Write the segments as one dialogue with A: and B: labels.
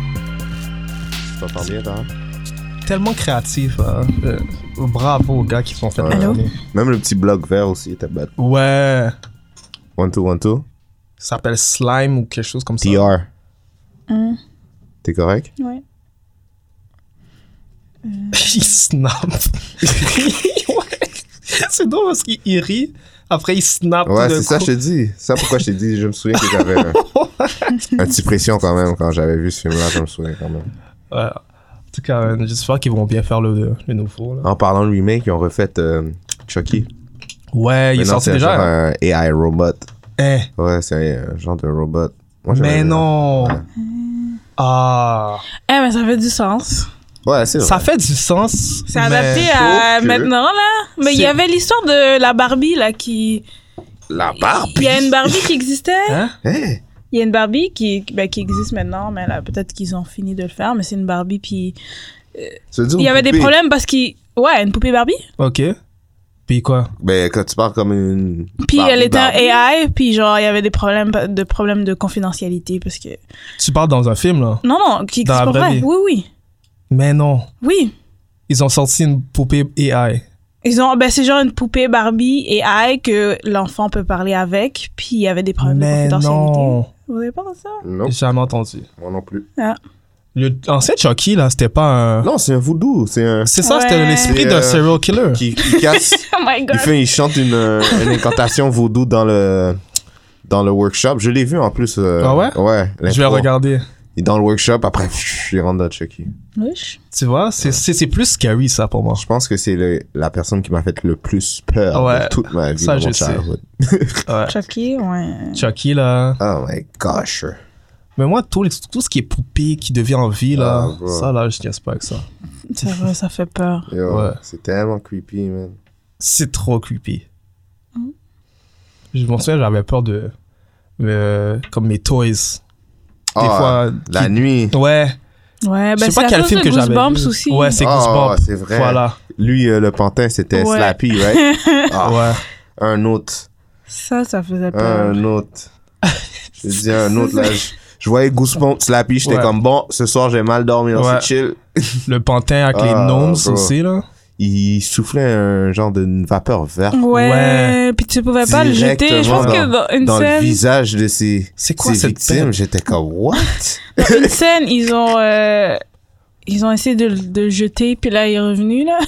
A: Tu t'entends bien, Tara?
B: hein? tellement créatif. hein. Euh, bravo aux gars qui sont fait.
A: Ouais.
B: Allô?
A: Même le petit bloc vert aussi était bête.
B: Ouais.
A: One, two, one, two.
B: Ça s'appelle Slime ou quelque chose comme ça.
A: TR.
C: Hein.
A: T'es correct?
C: Ouais.
B: il snap. ouais. C'est drôle parce qu'il il rit. Après, il snap.
A: Ouais,
B: tout d'un
A: c'est ça,
B: coup.
A: je te dis. C'est ça pourquoi je te dis. Je me souviens que j'avais un, un petit pression quand même quand j'avais vu ce film-là. Je me souviens quand même.
B: Ouais. En tout cas, euh, j'espère qu'ils vont bien faire le, le nouveau. là.
A: En parlant de remake, ils ont refait euh, Chucky.
B: Ouais, il
A: Mais
B: est
A: non,
B: sorti
A: c'est
B: déjà.
A: genre euh, un AI robot.
B: Hein.
A: Ouais, c'est un genre de robot. Moi, j'avais
B: mais
A: vu.
B: non.
A: Ouais.
B: Ah.
C: Eh, mais ça fait du sens.
A: Ouais, c'est
B: Ça
A: vrai.
B: fait du sens.
C: C'est
B: mais-
C: adapté à
A: Sauf que-
C: maintenant, là. Mais il y
B: C'est-
C: avait l'histoire de la Barbie, là, qui.
A: La barbe!
C: Il y a une Barbie qui existait.
B: Hein?
A: Hey.
C: Il y a une Barbie qui, ben, qui existe maintenant, mais là, peut-être qu'ils ont fini de le faire, mais c'est une Barbie, puis.
A: Ça veut dire
C: Il y
A: une
C: avait des
A: poupée.
C: problèmes parce qu'il. Ouais, une poupée Barbie.
B: Ok. Puis quoi?
A: Ben, quand tu parles comme une.
C: Puis
A: Barbie,
C: elle était un
A: Barbie.
C: AI, puis genre, il y avait des problèmes de, problèmes de confidentialité parce que.
B: Tu parles dans un film, là?
C: Non, non, qui
B: Dans
C: existe
B: la
C: pour
B: vraie
C: vrai.
B: vie.
C: Oui, oui.
B: Mais non.
C: Oui.
B: Ils ont sorti une poupée AI.
C: Ils ont, ben, c'est genre une poupée Barbie et AI que l'enfant peut parler avec, puis il y avait des problèmes
B: Mais
C: de confidentialité.
B: non.
C: Vous avez pas entendu ça?
A: Non,
B: J'ai Jamais entendu.
A: moi non plus.
B: Le- L'ancien Chucky, là, c'était pas un.
A: Non, c'est un voodoo. C'est un.
B: C'est ça, c'était
C: Ouais.
B: l'esprit
A: C'est,
B: d'un
A: euh,
B: serial killer.
A: Qui, qui casse.
C: Oh my
A: Il,
C: god!
A: fait, il chante une, euh, une incantation vaudou dans le, dans le workshop. Je l'ai vu en plus. euh,
B: Ah ouais?
A: Ouais.
B: Je vais
A: l'intro.
B: regarder.
A: Il est dans le workshop, après, pff, il rentre dans Chucky.
C: Wesh.
B: Tu vois, c'est c'est- c'est plus scary, ça, pour moi.
A: Je pense que c'est le- la personne qui m'a fait le plus peur
B: Ouais.
A: de toute ma vie.
B: Ça,
A: dans mon
B: je sais.
A: childhood.
B: Ouais.
C: Chucky, ouais.
B: Chucky, là.
A: Oh my gosh.
B: Mais moi, tout, les- tout ce qui est poupée qui devient en vie, là,
A: Ah, bro.
B: ça, là, je niaise pas avec ça.
C: C'est vrai, ça fait peur.
A: Yo,
B: Ouais.
A: C'est tellement creepy, man.
B: C'est trop creepy.
C: Hein?
B: Je m'en souviens, j'avais peur de. euh, comme mes toys. Des
A: Ah,
B: fois.
A: La
B: qui-
A: nuit.
B: Ouais.
C: Ouais, ben,
B: je sais
C: c'est
B: pas
C: à
B: quel
C: cause
B: film
C: de
B: que j'avais.
C: Goosebumps
B: vu.
C: aussi.
B: Ouais, c'est
A: Ah,
B: Goosebumps.
A: c'est vrai.
B: Voilà.
A: Lui, euh, le pantin, c'était
C: Ouais.
A: Slappy, right? Ah,
B: Ouais.
A: Un autre.
C: Ça, ça
A: Euh,
C: faisait peur.
A: Un autre. Je te dis un autre là. Je, je voyais Goosebumps, Slappy, j'étais
B: Ouais.
A: comme bon, ce soir j'ai mal dormi, on
B: Ouais.
A: c'est chill.
B: Le pantin avec les
A: Ah,
B: gnomes
A: bro.
B: aussi, là.
A: Il soufflait un genre de une vapeur verte
C: Ouais.
B: Ouais.
C: Puis tu pouvais pas le jeter. Je
A: Directement
C: pense que dans une
A: dans le
C: scène,
A: visage de ses,
B: C'est quoi
A: ses
B: cette
A: victimes.
B: peine?
A: J'étais comme what?
C: une scène, ils ont. euh, Ils ont essayé de, le- de le jeter, puis là, il est revenu, là.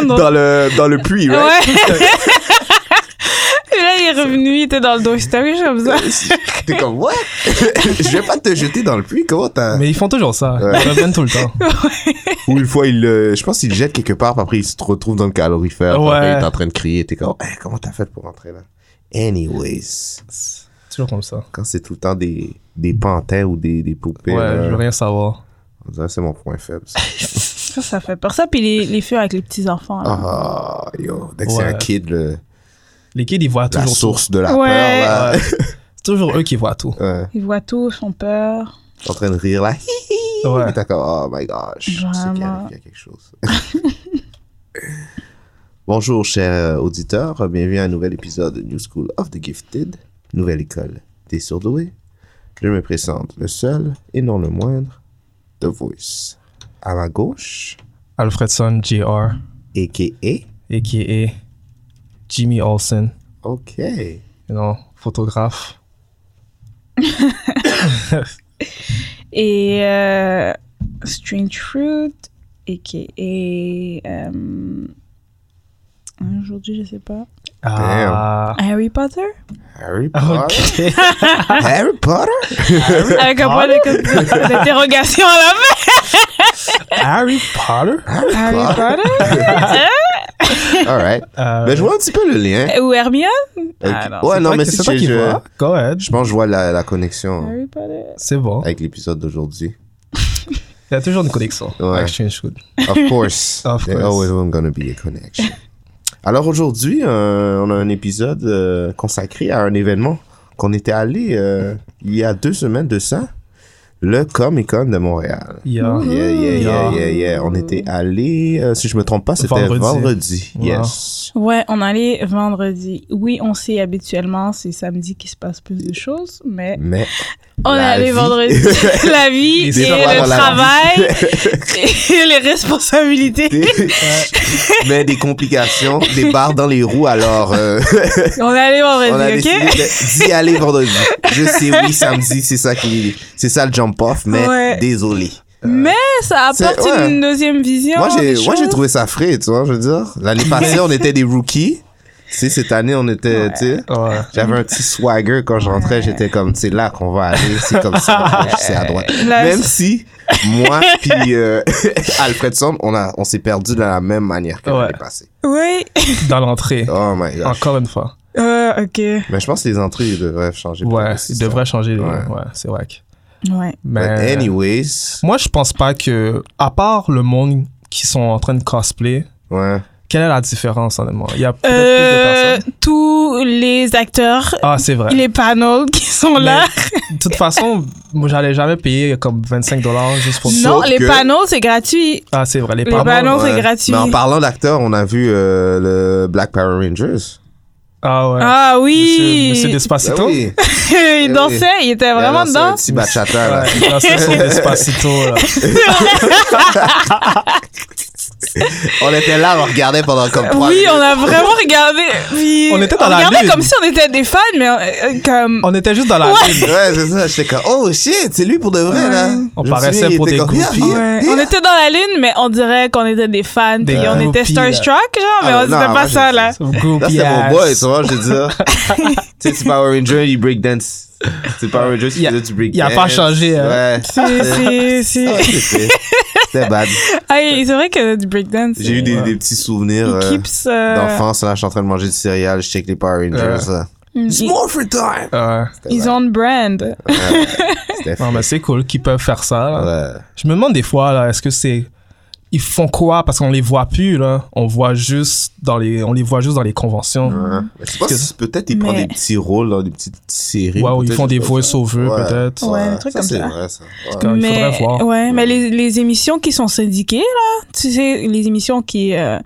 C: Donc,
A: dans, le, dans le puits, ouais.
C: Ouais. Et là, il est revenu, il était dans le doorstep, je suis comme ça.
A: J'étais comme what? je vais pas te jeter dans le puits, comment t'as.
B: Mais ils font toujours ça.
A: Ouais.
B: Ils reviennent tout le temps.
A: Ou une fois, il, euh, je pense qu'il le jette quelque part, puis après il se retrouve dans le calorifère. puis
B: Ouais.
A: Après, il est en train de crier. T'es comme Hey, comment t'as fait pour rentrer là? Anyways.
B: C'est toujours comme ça.
A: quand c'est tout le temps des, des pantins ou des, des poupées,
B: Ouais,
A: là,
B: je veux rien savoir.
A: on dirait que c'est mon point faible. ça.
C: Ça, ça fait peur. Ça, puis les, les films avec les petits-enfants. là.
A: Ah, yo, dès que c'est
B: Ouais.
A: un kid, le-
B: Les kids, ils voient
A: la
B: toujours
A: source de la
C: Ouais.
A: peur, là.
B: tout. Ouais. C'est toujours eux qui voient tout.
A: Ouais,
C: Ils voient tout, ils ont peur.
A: t'es en train de rire, là. Hi, hi, hi.
B: Ouais.
A: Puis t'es comme, oh my gosh, tu sais qu'il
C: Vraiment.
A: arrive, il y a quelque chose. Bonjour, chers euh, auditeurs. Bienvenue à un nouvel épisode de New School of the Gifted, nouvelle école des surdoués. Je me présente le seul et non le moindre, The Voice. À ma gauche,
B: Alfredson Jr.,
A: a.k.a.
B: a.k.a. Jimmy Olsen,
A: Ok.
B: you know, photographe.
C: Et euh, Strange Fruit, et euh, hein, aujourd'hui, je sais pas.
B: Ah,
C: Harry Potter
A: Harry Potter.
B: ok.
A: Harry Potter?
C: Avec un point de- d'interrogation à la fin.
B: Harry Potter?
A: Ah.
C: Harry Potter
A: All right.
B: Euh,
A: Ben, je vois un petit peu le lien.
C: Ou Hermione
A: Avec-
C: Ah, non,
A: Euh, ouais, non,
B: toi
A: mais
B: qui-
A: si
B: toi
A: je,
B: qui
A: je,
B: vois. Go ahead.
A: je pense que je vois la, la connexion
C: Harry Potter
B: C'est bon.
A: avec l'épisode d'aujourd'hui.
B: Il y a toujours une connexion.
A: Ouais.
B: Avec Strange Food.
A: Of course.
B: Of
A: There
B: course.
A: always gonna be a connection. Alors aujourd'hui, euh, on a un épisode euh, consacré à un événement qu'on était allé euh, il y a deux semaines de ça, le Comic Con de Montréal.
B: Yeah.
A: Yeah, yeah, yeah,
B: Yeah.
A: yeah, yeah. On était allé, euh, si je me trompe pas, c'était vendredi.
B: Ah. Vendredi. Wow.
A: Yes.
C: Ouais, on allait vendredi. Oui, on sait habituellement, c'est samedi qu'il se passe plus de choses, mais
A: Mais
C: on est
A: la
C: allé
A: vie-
C: vendredi. la vie et
B: Les
A: erreurs dans
C: le
A: la
C: travail et les responsabilités.
A: mais des complications, des barres dans les roues. Alors, euh,
C: On est allé
A: on a
C: vendredi,
A: décidé
C: ok?
A: de- d'y aller vendredi. Je sais, oui, samedi, c'est ça qui, c'est ça le jump off, mais
C: Ouais.
A: désolé.
C: Mais ça
A: Euh, C'est-
C: apporte
A: ouais.
C: une deuxième vision.
A: Moi, j'ai,
C: des
A: moi, j'ai
C: choses.
A: trouvé ça frais, tu vois, je veux dire. L'année passée, on était des rookies. Tu sais, cette année, on était, tu sais.
B: Ouais.
A: J'avais un petit swagger quand je rentrais, j'étais comme, c'est là qu'on va aller, c'est comme ça, c'est à droite.
C: La-
A: Même si, moi, puis euh, Alfredson, on, a- on s'est perdu de la même manière que
B: Ouais.
A: l'année passée.
C: Oui.
B: Dans l'entrée.
A: Oh my god.
B: Encore une fois.
C: Euh, ok.
A: Mais je pense que les entrées ils devraient changer.
B: Ouais,
A: peut-être,
B: il
A: c'est
B: devrait changer. les-
A: Ouais.
B: Ouais, c'est whack.
C: Ouais.
A: ça.
B: Mais
A: But anyways,
B: moi, je pense pas que, à part le monde qui sont en train de cosplay,
A: ouais.
B: quelle est la différence, honnêtement Il y a peut-être
C: Euh,
B: plus de personnes.
C: tous les acteurs,
B: Ah, c'est vrai.
C: les panels qui sont
B: Mais
C: là.
B: De toute façon, moi, j'allais jamais payer comme 25 dollars juste pour ça.
C: Non,
A: Sauf
C: les
A: que-
C: panneaux, c'est gratuit.
B: Ah, c'est vrai. Les,
C: Les
B: parents-
C: ballons,
B: ouais.
C: c'est gratuit.
A: Mais en parlant d'acteurs, on a vu euh, le Black Power Rangers.
B: Ah ouais.
C: Ah
B: Monsieur,
C: oui!
B: monsieur Despacito.
A: Ben oui.
C: il
A: oui.
C: dansait, il était
A: Il a
C: vraiment
A: lancé
C: dedans.
A: un petit bachata, là.
B: Ouais, il dansait sur Despacito. là.
A: On était là, on regardait pendant comme trois
C: Oui,
A: minutes.
C: on a vraiment regardé. Puis
B: On était dans
C: on
B: la
C: regardait
B: lune.
C: comme si on était des fans, mais euh, comme.
B: On était juste dans la lune.
A: Ouais, c'est ça. J'étais comme, oh shit, c'est lui pour de vrai, là.
B: On
A: Je me
B: paraissait
A: souviens, il
B: pour
A: était
B: des
A: comme,
B: groupies.
A: yeah,
C: Ouais,
A: yeah.
C: On était dans la lune, mais on dirait qu'on était des fans,
B: Des
C: puis on était
B: groupies, là.
C: starstruck, genre,
A: Ah,
C: mais on
A: non,
C: disait
A: moi,
C: pas
A: je-
C: ça, là.
A: Là,
B: Groupie
A: c'était mon
B: ass.
A: boy, tu vois, je veux dire. tu sais, c'est Power Ranger, il break dance. C'est Power Ranger,
B: Il
A: il
B: a-
A: faisait du break
B: il a
A: dance.
B: pas changé, hein.
A: Ouais.
C: C'est- C'est
A: Ah,
C: c'est-
A: C'était c'était bad.
C: Ah, et c'est vrai que du breakdance.
A: J'ai eu des, des petits souvenirs
C: Il
A: euh,
C: keeps, euh,
A: d'enfance. Là, je suis en train de manger du céréales, je check les Power Rangers. là. It's
C: ils-
A: Morphin time!
B: Ouais.
C: Ils ont brand.
A: Ah, C'était
B: Non, mais c'est cool qu'ils peuvent faire ça. là.
A: Ouais.
B: Je me demande des fois, là, est-ce que c'est. Ils font quoi Parce qu'on les voit plus, là. On, voit juste dans les... on les voit juste dans les conventions.
A: Ouais. Mais Je sais pas
B: Parce que-
A: si peut-être ils prennent
C: Mais-
A: des petits rôles dans des petites séries.
B: Ouais, ou ils
A: peut-être,
B: font
A: je
B: des
A: sais pas.
B: voice-over,
A: Ouais.
B: peut-être.
C: Ouais, un truc comme
A: c'est
C: ça.
A: vrai, ça. Ouais.
B: Il
C: mais,
B: faudrait voir.
C: Ouais, mais les, les émissions qui sont syndiquées, là, tu sais, les émissions qui, euh,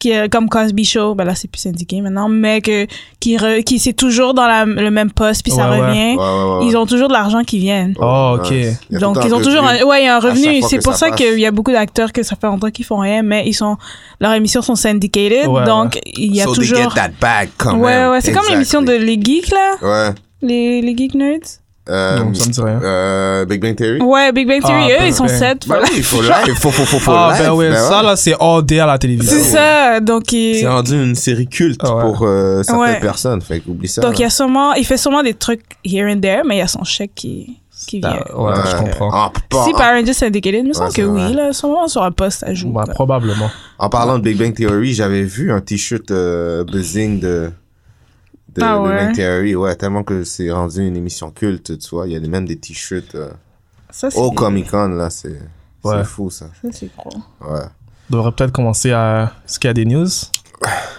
C: qui euh, comme Cosby Show, ben là, c'est plus syndiqué maintenant, mais que, qui, re- qui c'est toujours dans la- le même poste, puis ça
B: Ouais, ouais.
A: Ouais,
C: revient.
A: ouais, ouais.
C: Ils ont toujours de l'argent qui vient.
B: Oh, ok.
A: Ouais. Il y a tout
C: Donc,
A: le temps
C: ils ont
A: un
C: toujours
A: revenu.
C: un, ouais, il y a un
A: chaque
C: revenu.
A: fois
C: C'est
A: que
C: pour
A: ça
C: ça,
A: passe.
C: qu'il y a beaucoup d'acteurs que ça fait longtemps qu'ils font rien, mais ils sont, leurs émissions sont syndicated.
B: Ouais,
C: donc, il y a
A: so they
C: toujours.
A: get that bag quand
C: Ouais,
A: même.
C: ouais, c'est comme
A: Exactly.
C: l'émission de Les Geeks, là.
A: Ouais.
C: Les, les Geek Nerds.
A: Euh,
B: Non, ça me dit rien.
A: euh, Big Bang Theory.
C: Ouais, Big Bang Theory,
B: Ah,
C: eux,
B: Big
C: ils sont
B: Bang.
C: sept.
A: Bah
C: voilà.
A: oui, il faut live, faut, faut, faut, faut
B: ah,
A: live.
B: ben ouais,
A: ben
B: ça,
A: ouais.
B: là, c'est all day à la télévision.
C: C'est ça. Donc, ils-
A: C'est rendu une série culte
B: Ah ouais.
A: pour euh, certaines
C: Ouais.
A: personnes. Fait qu'oublie ça.
C: Donc, il, y
A: là.
C: a sûrement, il fait sûrement des trucs here and there, mais il y a son chèque qui, qui
B: Ah,
C: vient.
B: ouais, je comprends.
A: En, par-
C: si Power Rangers est indiqué, il me semble
A: Ouais, c'est
C: que
A: vrai.
C: oui, là, sûrement sur un poste, ça joue.
B: Ouais,
C: quoi.
B: probablement.
A: en parlant de Big Bang Theory, j'avais vu un t-shirt euh, buzzing de, de
C: Ah
A: Big
C: ouais.
A: Bang Theory. Ouais, tellement que c'est rendu une émission culte, tu vois. Il y a même des t-shirts euh,
C: Ça, c'est
A: au Comic Con, là. C'est c'est
B: Ouais.
A: fou, ça.
C: ça, c'est gros.
A: Ouais.
B: On devrait peut-être commencer à. Est-ce qu'il y a des news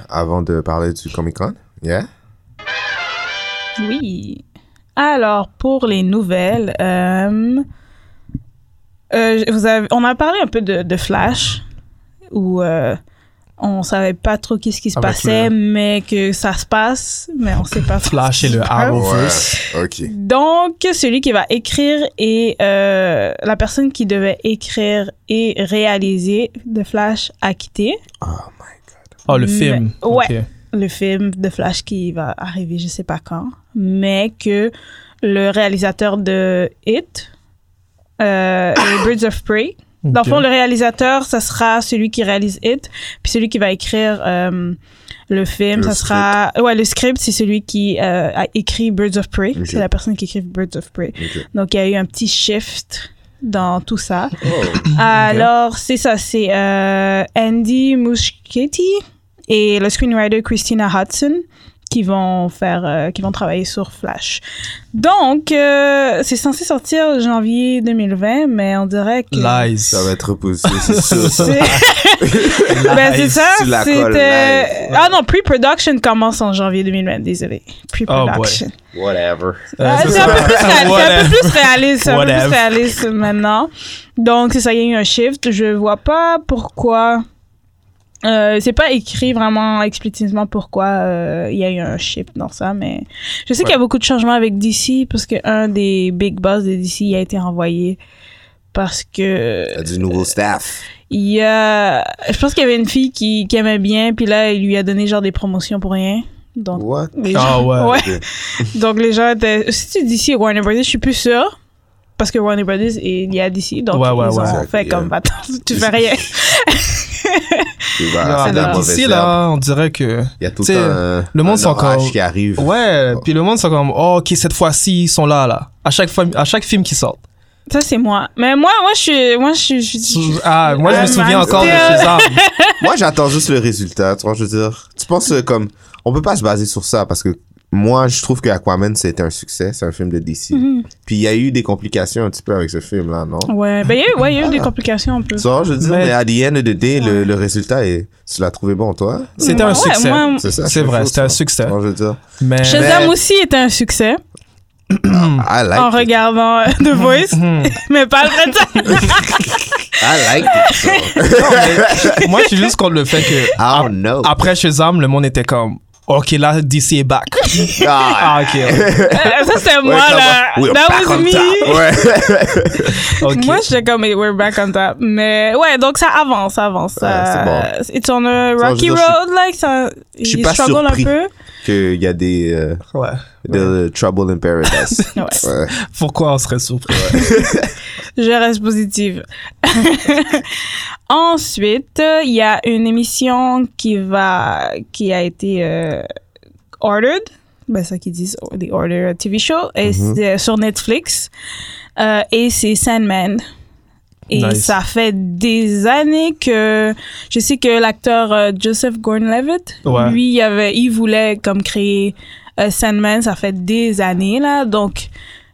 A: Avant de parler du Comic Con, yeah.
C: Oui. Alors, pour les nouvelles, euh, euh, je- vous avez- on a parlé un peu de, de Flash, où euh, on savait pas trop qu'est-ce qui se
B: Avec
C: passait, mais que ça se passe, mais on sait pas trop.
B: Flash et le Arrowverse.
A: Ok.
C: Donc, celui qui va écrire et euh, la personne qui devait écrire et réaliser The Flash a quitté
A: Oh my god.
B: Oh, le
C: Mais-
B: film.
C: ouais.
B: Ok.
C: le film The Flash qui va arriver, je sais pas quand, mais que le réalisateur de It euh, et Birds of Prey, dans le
B: Ok.
C: fond, le réalisateur, ça sera celui qui réalise It, puis celui qui va écrire euh, le film,
A: Le
C: ça sera. Ouais, le script, c'est celui qui euh, a écrit Birds of Prey.
A: Ok.
C: C'est la personne qui écrit Birds of Prey.
A: Ok.
C: Donc, il y a eu un petit shift dans tout ça.
A: Oh.
C: Alors, c'est ça, c'est euh, Andy Muschietti et le screenwriter Christina Hudson qui vont faire, euh, qui vont travailler sur Flash. Donc, euh, c'est censé sortir janvier 2020, mais on dirait que.
B: Lies.
A: Ça va être repoussé, c'est sûr.
C: C'est- ben, c'est ça.
A: Tu la colles
C: C'était.
A: live. Oh,
C: Ah non, pre-production commence en janvier 2020, désolé. Pre-production.
A: Whatever.
C: Ah,
B: Euh,
C: c'est un peu plus réaliste, c'est
B: Ah,
C: un peu plus réaliste, c'est un peu
B: Whatever.
C: plus réaliste maintenant. Donc c'est ça, il y a eu un shift. Je vois pas pourquoi. Euh, c'est pas écrit vraiment explicitement pourquoi euh, il y a eu un shift dans ça, mais je sais qu'il y a beaucoup de changements avec DC parce que un des big boss de DC a été renvoyé parce que
A: T'as du nouveau staff.
C: il y a, je pense qu'il y avait une fille qui, qui aimait bien, puis là il lui a donné genre des promotions pour rien. Donc
A: What?
C: les
B: Ah
C: gens-
B: ouais,
A: ok.
C: donc les gens étaient. Si tu dis si Warner Brothers, je suis plus sûre. Parce que Warner Brothers est lié à DC. Donc
B: Ouais, ouais,
C: ils ont
A: ouais.
C: fait comme attends, tu fais rien.
A: Tu vas
B: Ah,
A: c'est de la
B: mais
A: mauvaise
B: D'ici
A: herbe.
B: là, on dirait que.
A: Il y a tout le
B: T'sais,
A: temps un,
B: le monde
A: un
B: sont encore-
A: orage qui arrive.
B: Ouais,
A: Bon.
B: puis le monde, c'est comme, oh, ok, cette fois-ci, ils sont là, là. À chaque, fois, à chaque film qui sort.
C: Ça c'est moi. Mais moi, moi je suis. Moi je suis. je suis-
B: Ah, moi, je
C: Ah,
B: me souviens
C: man,
B: encore de
C: c'était-
B: Shazam.
A: Moi, j'attends juste le résultat. Tu vois, je veux dire, tu penses euh, comme. On peut pas se baser sur ça parce que moi, je trouve que Aquaman, c'était un succès. C'est un film de DC.
C: Mm-hmm.
A: Puis il y a eu des complications un petit peu avec ce film-là, non?
C: Ouais, ben il y a eu, ouais, il y a eu des complications un peu.
A: Tu vois, je veux dire,
B: Mais-
A: mais, à the end of the day, le, le résultat est. Tu l'as trouvé bon, toi?
B: C'était
C: Ouais,
B: un succès.
C: moi-
A: C'est ça.
B: C'est vrai,
A: chaud,
B: c'était un
A: ça.
B: succès.
C: Mm.
A: Tu vois, je veux dire.
B: Mais.
C: Shazam
A: Mais-
C: aussi était un succès Mm.
A: I like
C: en
A: it.
C: regardant euh, The Voice,
B: Hmm.
C: mais pas après ça.
A: I like it. so.
B: moi, je suis juste contre le fait que.
A: I don't know.
B: Après Shazam, le monde était comme, ok, là, DC est back.
A: Ah.
B: Ah, ok, ouais.
C: Euh, ça c'est
A: Ouais,
C: moi
A: ça
C: là.
A: va. We are
C: That
A: back
C: was
A: on
C: me.
A: top. Ouais.
B: ok.
C: Moi, j'étais comme, we're back on top. Mais ouais, donc ça avance, ça avance.
A: Ouais,
C: ça- It's on a
A: Ça, je
C: rocky
A: veux dire, je suis-
C: road, like, ça.
A: je suis
C: il
A: pas
C: struggle
A: surpris.
C: un peu.
A: Qu'il y a des. euh,
B: Ouais.
A: de Trouble in Paradise.
C: Ouais.
A: Ouais.
B: Pourquoi on serait surpris?
C: Je reste positive. Ensuite, euh, il y a une émission qui va, qui a été euh, ordered, ben ça qu'ils disent, oh, the order TV show, et
B: Mm-hmm.
C: c'est sur Netflix, Euh, et c'est Sandman. Et
B: Nice.
C: ça fait des années que je sais que l'acteur euh, Joseph Gordon-Levitt,
B: Ouais.
C: lui, il avait, il voulait comme créer euh, Sandman, ça fait des années là, donc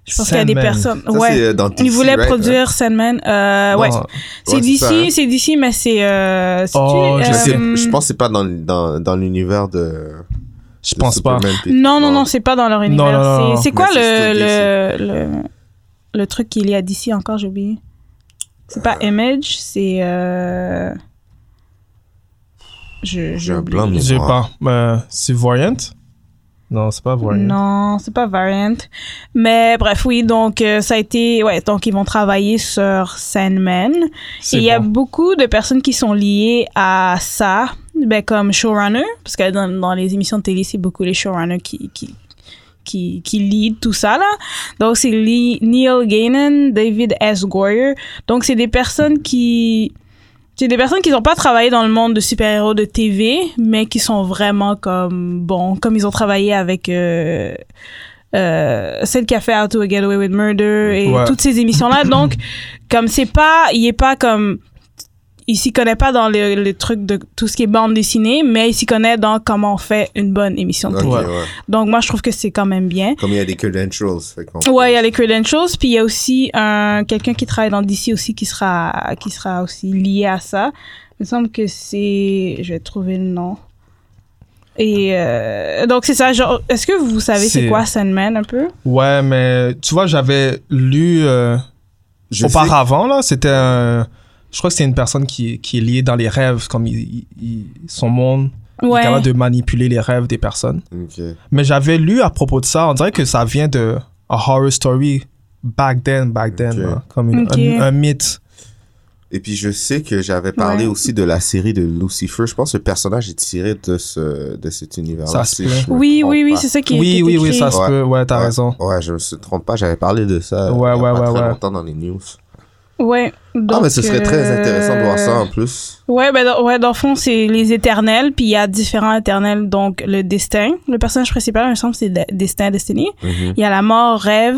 C: je pense qu'il y a des
B: Sandman.
C: personnes.
A: Ça, c'est, euh, dans
C: Il
A: DC,
C: voulait
A: right,
C: produire Sandman. Euh, ouais.
B: Non.
C: C'est
A: Ouais, c'est ça, hein.
C: d'ici, c'est d'ici, mais c'est. Euh, c'est-tu,
B: Oh, je
A: Mais c'est-
C: euh,
A: je pense que c'est pas dans, dans, dans l'univers de.
B: Je pense pas.
C: Non, non, non, c'est pas dans leur univers.
B: non, non, non.
C: C'est, c'est quoi
A: Mais c'est
C: le, le, le, le truc qu'il y a d'ici encore, j'ai oublié. C'est pas Image, c'est. Euh...
A: J'ai
C: Je, j'ai
A: un
C: oublié.
A: blanc de
B: Je sais
A: mémoire.
B: pas. Euh, c'est Variant? Non, c'est pas Variant.
C: Non, c'est pas Variant. Mais bref, oui, donc euh, ça a été. Ouais, donc ils vont travailler sur Sandman. Et
B: C'est
C: Il y a
B: bon.
C: beaucoup de personnes qui sont liées à ça, ben, comme showrunner, parce que dans, dans les émissions de télé, c'est beaucoup les showrunners qui, qui, qui, qui lead tout ça. Là. Donc, c'est Lee- Neil Gaiman, David S. Goyer. Donc, c'est des personnes qui... C'est des personnes qui n'ont pas travaillé dans le monde de super-héros de TV, mais qui sont vraiment comme... Bon, comme ils ont travaillé avec... euh, euh, celle qui a fait How to Get Away with Murder et
B: Ouais.
C: toutes ces émissions-là. Donc, comme c'est pas, il est pas comme, il s'y connaît pas dans les, les trucs de tout ce qui est bande dessinée, mais il s'y connaît dans comment on fait une bonne émission de
A: Ok,
C: télé.
B: Ouais.
A: ouais.
C: Donc, moi, je trouve que c'est quand même bien.
A: Comme il y a des credentials. Fait qu'on-
C: Ouais, il y a les credentials, puis il y a aussi un quelqu'un qui travaille dans DC aussi qui sera qui sera aussi lié à ça. Il me semble que c'est, je vais trouver le nom. Et euh, donc c'est ça. Genre, est-ce que vous savez c'est
B: C'est-
C: quoi Sandman un peu
B: Ouais, mais tu vois, j'avais lu euh,
A: Je sais-
B: auparavant, là, c'était un... Je crois que c'est une personne qui, qui est liée dans les rêves, comme il- il- il- son monde est capable de manipuler les rêves des personnes.
A: Ok.
B: Mais j'avais lu à propos de ça, on dirait que ça vient de a horror story back then, back then,
A: Ok.
B: là, comme une-
C: Ok.
B: un, un mythe.
A: Et puis je sais que j'avais parlé
C: Ouais.
A: aussi de la série de Lucifer. Je pense que le personnage est tiré de, ce, de cet univers-là.
B: Ça se
A: si
B: peut.
A: je me
C: Oui,
A: trompe
C: oui, oui,
A: pas.
C: c'est ça qui est qui
B: Oui,
C: est
B: oui, oui,
C: écrit.
B: ça se
A: Ouais.
B: peut, ouais, t'as
A: Ouais.
B: raison.
A: Ouais, je me suis- trompe pas. J'avais parlé de ça euh,
B: Ouais,
A: il y a
B: ouais,
A: pas
B: ouais,
A: très
B: ouais.
A: longtemps dans les news.
C: Ouais.
A: ah,
C: donc,
A: mais ce serait très
C: euh,
A: intéressant de voir ça en plus.
C: Ouais, ben, dans- ouais, dans le fond, c'est les éternels, puis il y a différents éternels, donc le destin. Le personnage principal, il me semble, c'est de- Destin, Destiny.
A: Mhm.
C: Il y a la mort, Rêve.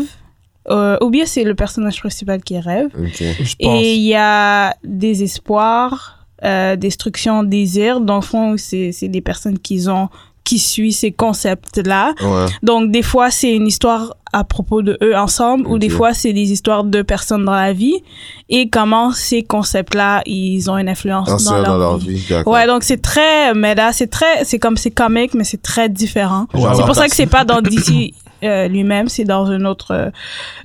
C: Euh, ou bien c'est le personnage principal qui est Rêve.
A: Ok.
B: Je pense.
C: Et il y a Désespoir, euh, Destruction, Désir. Dans le fond, c'est c'est des personnes qui ont qui suit ces concepts-là.
A: Ouais.
C: Donc, des fois, c'est une histoire à propos de eux ensemble, ou des
A: Ok.
C: fois, c'est des histoires de personnes dans la vie et comment ces concepts-là, ils ont une influence
A: Dans, ça,
C: dans,
A: dans leur vie. d'accord.
C: Ouais, donc c'est très méta, c'est très, c'est comme c'est comique, mais c'est très différent.
B: Genre
C: c'est
B: la
C: pour ça que c'est pas dans DC euh, lui-même, c'est dans une autre, euh,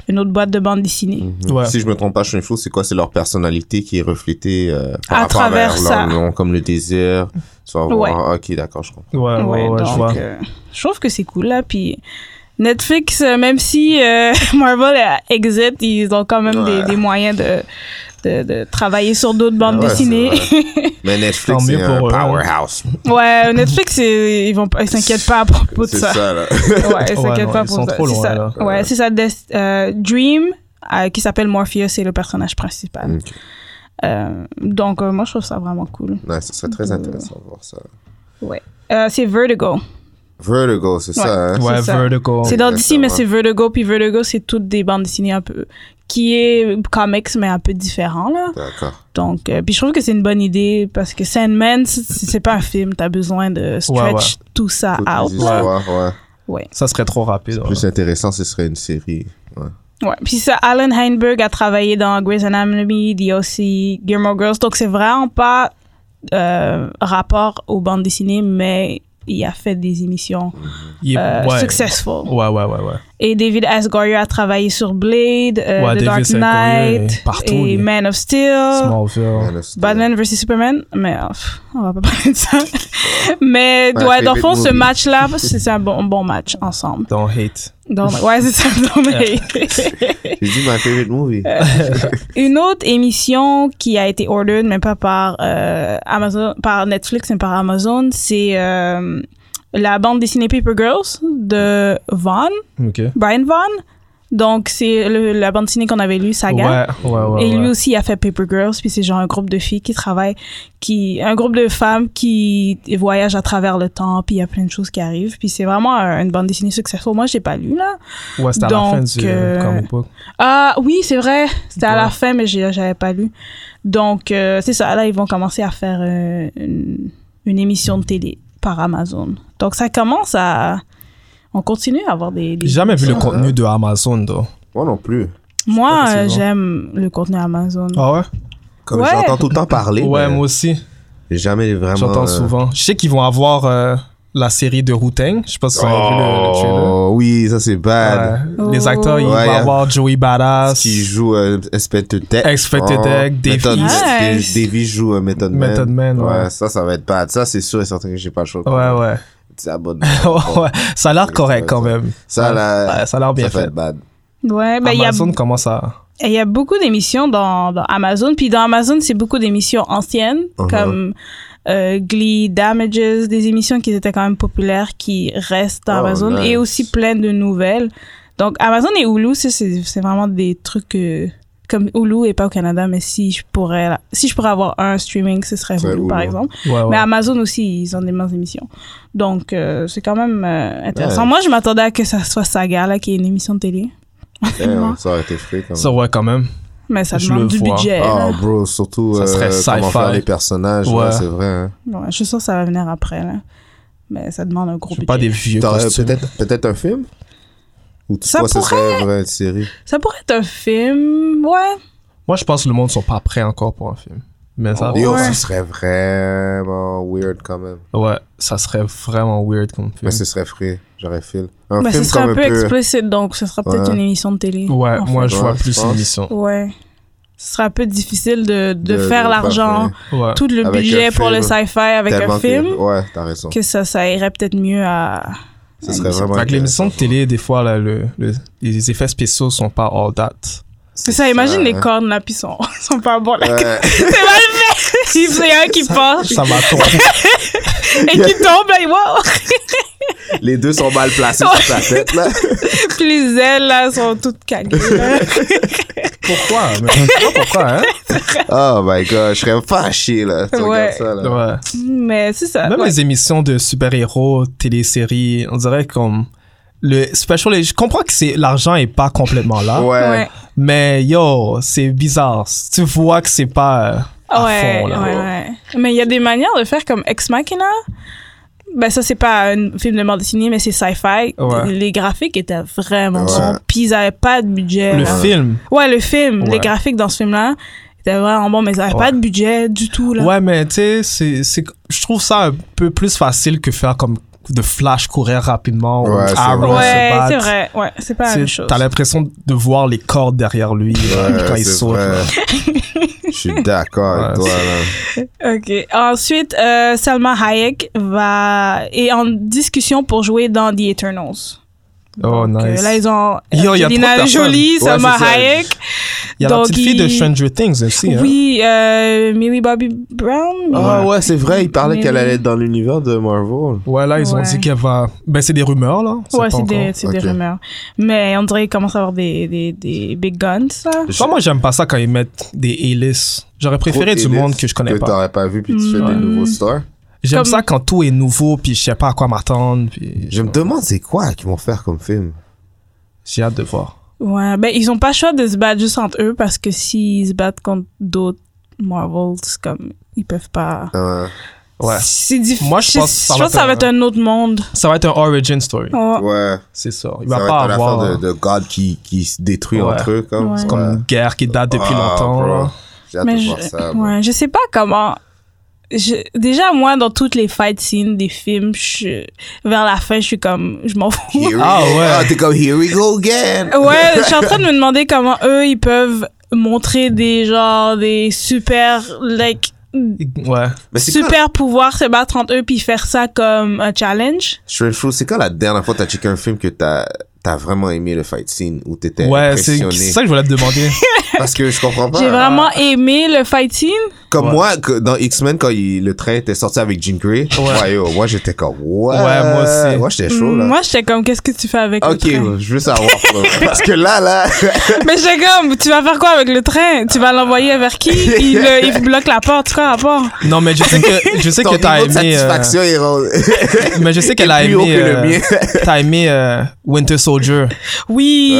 C: une autre boîte de bande dessinée.
A: Mhm.
B: Ouais.
A: Si je me trompe pas, je suis une chose, c'est quoi C'est leur personnalité qui est reflétée euh,
C: À
A: par rapport
C: travers
A: leur
C: ça.
A: nom, comme le désir. Tu vas voir, ok, d'accord, je comprends.
B: Ouais, ouais, ouais,
C: Ouais,
B: je
C: donc,
B: vois.
C: euh, je trouve que c'est cool là, puis. Netflix, euh, même si euh, Marvel euh, exit, ils ont quand même
A: Ouais. Ah
C: des, des moyens de, de, de travailler sur d'autres bandes
A: Ouais, c'est
C: dessinées.
A: vrai. Mais Netflix,
B: Tant mieux
A: c'est un
B: pour eux, hein.
A: powerhouse.
C: ouais, Netflix, c'est- ils vont pas- ils s'inquiètent pas à propos de
A: C'est ça. là.
C: Ouais, c'est
B: Ouais,
C: quelque
B: non,
C: part
B: ils
C: pour
B: sont
C: ça.
B: trop
C: C'est
B: loin,
C: ça.
B: là.
C: Ouais, c'est ça. Des- euh, Dream, euh, qui s'appelle Morpheus, c'est le personnage principal.
A: Ok.
C: Euh, donc, euh, moi, je trouve ça vraiment cool.
A: Ouais, ça serait très intéressant de voir ça.
C: Euh, c'est Vertigo.
A: Vertigo, c'est
C: Ouais.
A: ça, hein?
B: Ouais,
C: ça.
B: Vertigo.
C: c'est dans DC,
A: exactement.
C: mais c'est Vertigo. Puis Vertigo, c'est toutes des bandes dessinées un peu. qui est comics, mais un peu différent, là.
A: D'accord.
C: Donc, euh, puis je trouve que c'est une bonne idée parce que Sandman, c'est- c'est pas un film. T'as besoin de stretch
B: Ouais, ouais.
C: tout ça
A: Toutes
C: Ah, out.
A: les
C: là.
A: histoires, ouais.
B: Ça serait trop rapide. hein. ouais.
A: Plus intéressant, ce serait une série. Ouais.
C: Ouais. Puis ça, Alan Heinberg a travaillé dans Grey's Anatomy, The O.C., Gilmore Girls. Donc c'est vraiment pas euh, rapport aux bandes dessinées, mais il a fait des émissions
B: Il est-
C: euh,
B: ouais.
C: successful.
B: Ouais, ouais, ouais, ouais.
C: Et David S. Goyer a travaillé sur Blade, euh,
B: Ouais, David
C: The Dark
B: S. Goyer
C: Knight,
B: est partout,
C: et
B: lui.
C: Man of Steel.
B: Smallville.
A: Man of Steel.
C: Batman vs Superman, mais euh, pff, on va pas parler de ça. Mais
A: My
C: ouais, dans le fond,
A: favorite
C: ce
A: movie.
C: match-là, c'est c'est un bon, bon match ensemble.
B: Don't hate.
C: Donc, ouais, c'est ça. Non, mais...
A: J'ai dit my favorite movie.
C: Euh. Une autre émission qui a été ordered, mais pas par euh, Amazon, par Netflix, mais par Amazon, c'est euh, la bande dessinée Paper Girls de Vaughn,
B: Ok.
C: Brian Vaughn. Donc, c'est le- la bande dessinée qu'on avait lue, Saga.
B: Ouais, ouais, ouais.
C: Et lui
B: ouais.
C: aussi a fait Paper Girls, puis c'est genre un groupe de filles qui travaillent, qui, un groupe de femmes qui voyagent à travers le temps, puis il y a plein de choses qui arrivent, puis c'est vraiment euh, une bande dessinée successful. Moi, je l'ai pas lu, là.
B: Ouais, c'était à la fin
C: Donc,
B: du
C: euh,
B: euh, comic book.
C: Ah oui, c'est vrai. C'était à
B: Ouais.
C: la fin, mais j'ai- j'avais pas lu. Donc, euh, c'est ça. Là, ils vont commencer à faire euh, une, une émission de télé par Amazon. Donc, ça commence à... On continue à avoir des... des-
B: J'ai jamais vu le
C: Ah.
B: contenu de Amazon, though.
A: Moi non plus.
C: Moi,
B: pas si
C: euh,
B: bon.
C: j'aime le contenu Amazon.
B: Ah ouais?
A: Comme
C: Ouais.
A: j'entends tout le temps parler.
B: Ouais,
A: mais
B: moi aussi.
A: j'ai Jamais vraiment.
B: J'entends
A: euh,
B: souvent. Je sais qu'ils vont avoir euh, la série de Wu Tang. Je sais pas si vous avez vu le, le trailer.
A: Oh, oui, ça c'est bad.
B: Ouais, Les
C: Oh.
B: acteurs, il
A: Ouais,
B: va
A: yeah.
B: avoir Joey Badass,
A: Qui joue euh, Expected Tech.
B: Expected Tech,
A: Method-
B: Davey.
C: Nice.
A: Davey Davey joue euh, Method Man.
B: Method Man. Ouais,
A: Ouais, ça, ça va être bad. Ça, c'est sûr et certain que j'ai pas le choix.
B: ouais. ouais.
A: C'est abonné.
B: ouais. Ça a l'air correct quand même.
A: Ça, là,
B: Ouais, ça a l'air bien
A: ça va
B: fait.
A: être bad.
C: Ouais, ben il y a-
B: Amazon commence à.
C: il y, a beaucoup d'émissions dans, dans Amazon. Puis dans Amazon, c'est beaucoup d'émissions anciennes,
A: Mhm.
C: comme euh, Glee, Damages, des émissions qui étaient quand même populaires, qui restent dans
A: Oh,
C: Amazon,
A: nice.
C: et aussi plein de nouvelles. Donc Amazon et Hulu, ça, c'est c'est vraiment des trucs que- comme Hulu est pas au Canada, mais si je pourrais, si je pourrais avoir un streaming, ce serait
A: C'est
C: Hulu,
A: Hulu.
C: par
A: Ah
C: exemple.
B: Ouais,
C: Mais
B: ouais.
C: Amazon aussi, ils ont des mêmes émissions. Donc, euh, c'est quand même euh, intéressant.
A: Ouais.
C: Moi, je m'attendais à que ça soit Saga, là, qui est une émission de télé.
A: Damn, ça aurait été frais quand même.
B: Ça, ouais, quand même.
C: Mais ça
B: Je
C: demande
B: le
C: du
B: vois.
C: budget. là.
A: Oh, bro, surtout
B: Ça serait
A: euh, comment
B: sci-fi.
A: faire les personnages, ouais,
B: Ouais.
A: c'est vrai. Hein.
C: Ouais, je suis sûre que ça va venir après, là. Mais ça demande un gros
B: Je veux
C: budget.
B: pas des vieux
A: T'aurais
B: costumes.
A: peut-être peut-être un film Ou tu
C: Ça
A: crois que ce serait vrai, une série
C: Ça pourrait être un film, ouais.
B: Moi, je pense que le monde sont pas prêts encore pour un film. Mais ça,
A: Oh, Yo,
C: Ouais.
A: ce serait vraiment weird quand même.
B: ouais, ça serait vraiment weird comme film.
A: Mais ce serait frais, j'aurais fil. Un
C: Mais ce
A: film
C: serait
A: comme
C: un peu explicite, donc ce sera peut-être
A: Ouais.
C: une émission de télé.
B: Ouais,
C: en
B: moi,
C: fait.
B: je
A: Ouais,
B: vois
A: je
B: plus
A: pense.
B: l'émission.
C: Ouais. Ce sera un peu difficile de, de,
A: de-
C: faire
A: de
C: l'argent,
A: faire
B: Ouais.
C: tout
A: Avec
C: le
A: un
C: budget pour le
A: film.
C: sci-fi avec
A: Tellement
C: un
A: que-
C: film,
A: Ouais, t'as raison.
C: que ça, ça irait peut-être mieux à...
A: Ce serait vraiment.
B: Fait que l'émission de
A: intéressant.
B: télé, des fois, là, le, le- les effets spéciaux sont pas all that.
C: C'est ça, imagine les
A: hein.
C: cornes là, puis sont, sont pas bons. là.
A: Ouais.
C: C'est mal fait! Il y a un qui part
B: Ça va tomber.
C: et qui tombe, là, et wow!
A: les deux sont mal placés sur ta tête, là.
C: Puis les ailes là sont toutes calées. là.
B: pourquoi? Mais je sais pas pourquoi, hein?
A: Oh my god, je serais fâché, là. Tu
C: Ouais.
A: regardes ça, là.
B: Ouais.
C: Mais c'est ça.
B: Même
C: ouais.
B: les émissions de super-héros, téléséries, on dirait comme le special. Je comprends que c'est l'argent est pas complètement là,
A: Ouais.
C: Ouais.
B: mais yo, c'est bizarre. Tu vois que c'est pas euh, à
C: ouais,
B: fond là.
C: ouais, ouais. Mais il y a des manières de faire comme Ex Machina. Ben ça, c'est pas un film de bande dessinée, mais c'est sci-fi.
B: Ouais.
C: Les graphiques étaient vraiment
A: Ouais.
C: bons. Puis ils avaient pas de budget.
B: Le
C: là.
B: film.
C: Ouais, le film.
B: Ouais.
C: Les graphiques dans ce film-là étaient vraiment bons, mais ils avaient
B: Ouais.
C: pas de budget du tout. Là.
B: Ouais, mais tu sais, c'est- c'est- je trouve ça un peu plus facile que faire comme de flash courir rapidement
A: Ouais,
B: ou
A: c'est
B: Arrow
A: vrai.
B: se
C: Ouais,
B: battre.
C: c'est vrai. Ouais, c'est pas la même
B: Tu sais,
C: chose.
B: T'as l'impression de voir les cordes derrière lui euh, quand il
A: c'est
B: saute.
A: vrai.
B: là.
A: Je suis d'accord avec
B: Ouais,
A: toi, là.
C: Ok. Ensuite, euh, Salma Hayek va est en discussion pour jouer dans The Eternals.
B: Oh,
C: Donc, euh,
B: nice.
C: là, ils ont
B: Yo, il y a
C: Angelina
B: trop de
C: Jolie,
A: personnes.
C: Salma
A: Ouais, c'est ça.
C: Hayek.
B: Il y a la
C: Donc,
B: petite fille de
C: il-
B: Stranger Things aussi. hein.
C: Oui, euh, Millie Bobby Brown.
A: Ah ouais, c'est vrai, il parlait
C: Mais
A: qu'elle
C: oui.
A: allait être dans l'univers de Marvel.
B: Ouais, là, ils ont
C: Ouais.
B: dit qu'elle va. Ben, c'est des rumeurs, là. pas
C: Ouais, c'est des,
B: encore.
C: c'est des
A: Ok.
C: rumeurs. Mais on dirait qu'ils commencent à avoir des, des, des big guns, ça.
B: Je sais pas, moi, j'aime pas ça quand ils mettent des A-lists. J'aurais préféré
A: Trop
B: du monde
A: élite
B: que je connais
A: Que
B: pas.
A: t'aurais pas vu, puis tu fais
C: Mm.
A: des nouveaux stars.
B: J'aime
C: Comme-
B: ça quand tout est nouveau, puis je sais pas à quoi m'attendre. Puis
A: Je me demande c'est quoi qu'ils vont faire comme film.
B: J'ai hâte de voir.
C: Ouais, ben ils ont pas le choix de se battre juste entre eux parce que s'ils se battent contre d'autres Marvels, c'est comme ils peuvent pas.
A: Euh,
B: Ouais.
C: C'est difficile.
B: Moi, je pense que ça va
C: que ça va
B: être
C: être un autre monde.
B: Ça va être un origin story.
C: Ouais.
A: ouais,
B: C'est ça. Il
A: ça
B: va
A: va
B: pas
A: être une
B: avoir hein.
A: affaire de, de God qui, qui se détruit
B: Ouais.
A: entre eux. Comme,
C: Ouais.
A: Ouais.
B: comme une guerre qui date depuis
A: Ah,
B: longtemps.
A: bro.
B: là.
A: J'ai hâte
C: Mais
A: de
C: je,
A: voir ça. bro.
C: ouais, je sais pas comment. je- déjà, moi, dans toutes les fight scenes des films, je- vers la fin, je suis comme, je m'en fous.
A: Here we-
B: Ah, ouais.
A: Ah, t'es comme, here we go again.
C: Ouais, je suis en train de me demander comment eux, ils peuvent montrer des genres, des super, like,
B: Ouais.
A: Mais c'est quoi,
C: Oh, super pouvoirs, se battre entre eux, puis faire ça comme un challenge.
A: Shred Fruit, c'est quand la dernière fois t'as checké un film que t'as t'as vraiment aimé le fight scene ou t'étais
B: Ouais, c'est
A: impressionné
B: c'est ça que je voulais te demander.
A: parce que je comprends pas
C: J'ai vraiment aimé le fight scene.
A: comme
B: Ouais.
A: moi que dans X-Men quand il- le train était sorti avec Jean Grey
B: Ouais.
A: ouais, yo, moi j'étais comme ouais
B: Ouais, moi aussi.
A: moi j'étais chaud là
C: Moi, j'étais comme, qu'est-ce que tu fais avec
A: ok
C: le train?
A: je veux savoir bro. parce que là là
C: Mais j'étais comme, tu vas faire quoi avec le train? Tu vas l'envoyer vers qui? Il, le- il bloque la porte, c'est quoi le rapport?
B: non, mais je sais que, je sais
A: ton
B: que t'as
A: niveau de
B: aimé. euh,
A: satisfaction est rendu-
B: mais je sais qu'elle
A: est
B: a
A: plus haut
B: aimé.
A: que le
B: euh,
A: mien.
B: T'as aimé euh, Winter Soldier.
C: Oui.
B: Et
A: Ouais.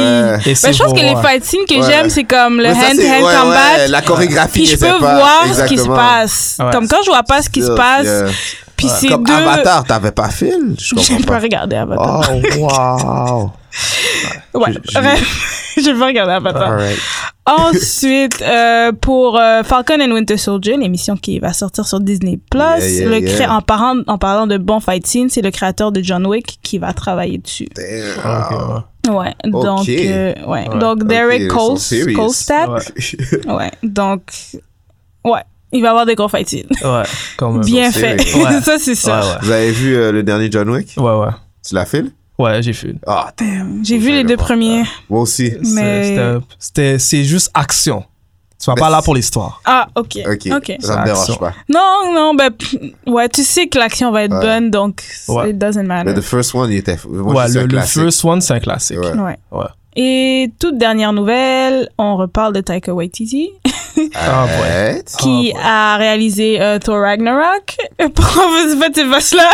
C: Ben,
B: c'est
C: je pense
B: beau,
C: que les
B: ouais.
C: fight scenes que
A: euh, Ouais.
C: j'aime, c'est comme le
A: Mais ça,
C: hand-to-hand
A: c'est- ouais, ouais,
C: combat.
A: la chorégraphie
C: puis je
A: était
C: peux
A: pas-
C: voir ce qui se
A: exactement.
C: passe.
B: Ouais.
C: Comme quand je vois pas ce qui se
A: Yeah,
C: passe,
A: yeah.
C: puis c'est
A: euh, comme
C: deux...
A: Avatar t'avais pas film je
C: J'ai pas
A: comprends pas
C: regardé Avatar.
A: oh wow
C: ouais,
A: j'ai-
C: bref, j'ai pas regardé Avatar.
A: alright
C: Ensuite, euh, pour euh, Falcon and Winter Soldier, l'émission qui va sortir sur Disney+, Plus,
A: Yeah, yeah,
C: le
A: yeah.
C: cré- en, parlant, en parlant de bons fight scenes, c'est le créateur de John Wick qui va travailler dessus.
B: Ah, ok,
C: Ouais, donc, euh, ouais. donc
A: Ok,
C: Derek
A: ils sont
C: Cole,
A: serious.
C: Colstat,
B: ouais.
C: Ouais, donc, ouais, il va y avoir des gros fight-in.
B: Ouais, ouais, quand même.
C: Bien
A: c'est
C: fait.
B: vrai. Ouais.
C: ça, c'est sûr.
B: Ouais,
A: vous avez vu euh, le dernier John Wick
B: ouais. Ouais, ouais.
A: tu l'as fait là?
B: Ouais, j'ai fait.
A: ah
C: J'ai vu
A: Vous
C: les
A: allez
C: deux
A: voir.
C: premiers.
A: Moi aussi.
B: C'est-
C: Mais-
B: c'était- C'était, c'est juste action. Tu vas
A: Mais
B: pas là
A: c'est-
B: pour l'histoire.
C: Ah, ok.
A: Ok.
C: Ok.
A: Ça me
B: Action.
A: dérange pas.
C: Non, non, ben, pff, ouais, tu sais que l'action va être
A: Ouais.
C: bonne, donc
B: Ouais.
C: it doesn't
A: Mais
C: matter.
A: The First One, il était. Moi,
B: Ah ouais,
A: je suis
B: le,
A: un
B: le
A: classique.
B: First One, c'est un classique.
A: Ouais.
C: Ouais.
B: Ouais.
C: Et toute dernière nouvelle, on reparle de Taika Waititi,
B: Ah, ouais.
A: Arrête.
C: qui
B: ouais.
C: a réalisé euh, Thor Ragnarok. Pourquoi vous faites ces faces-là?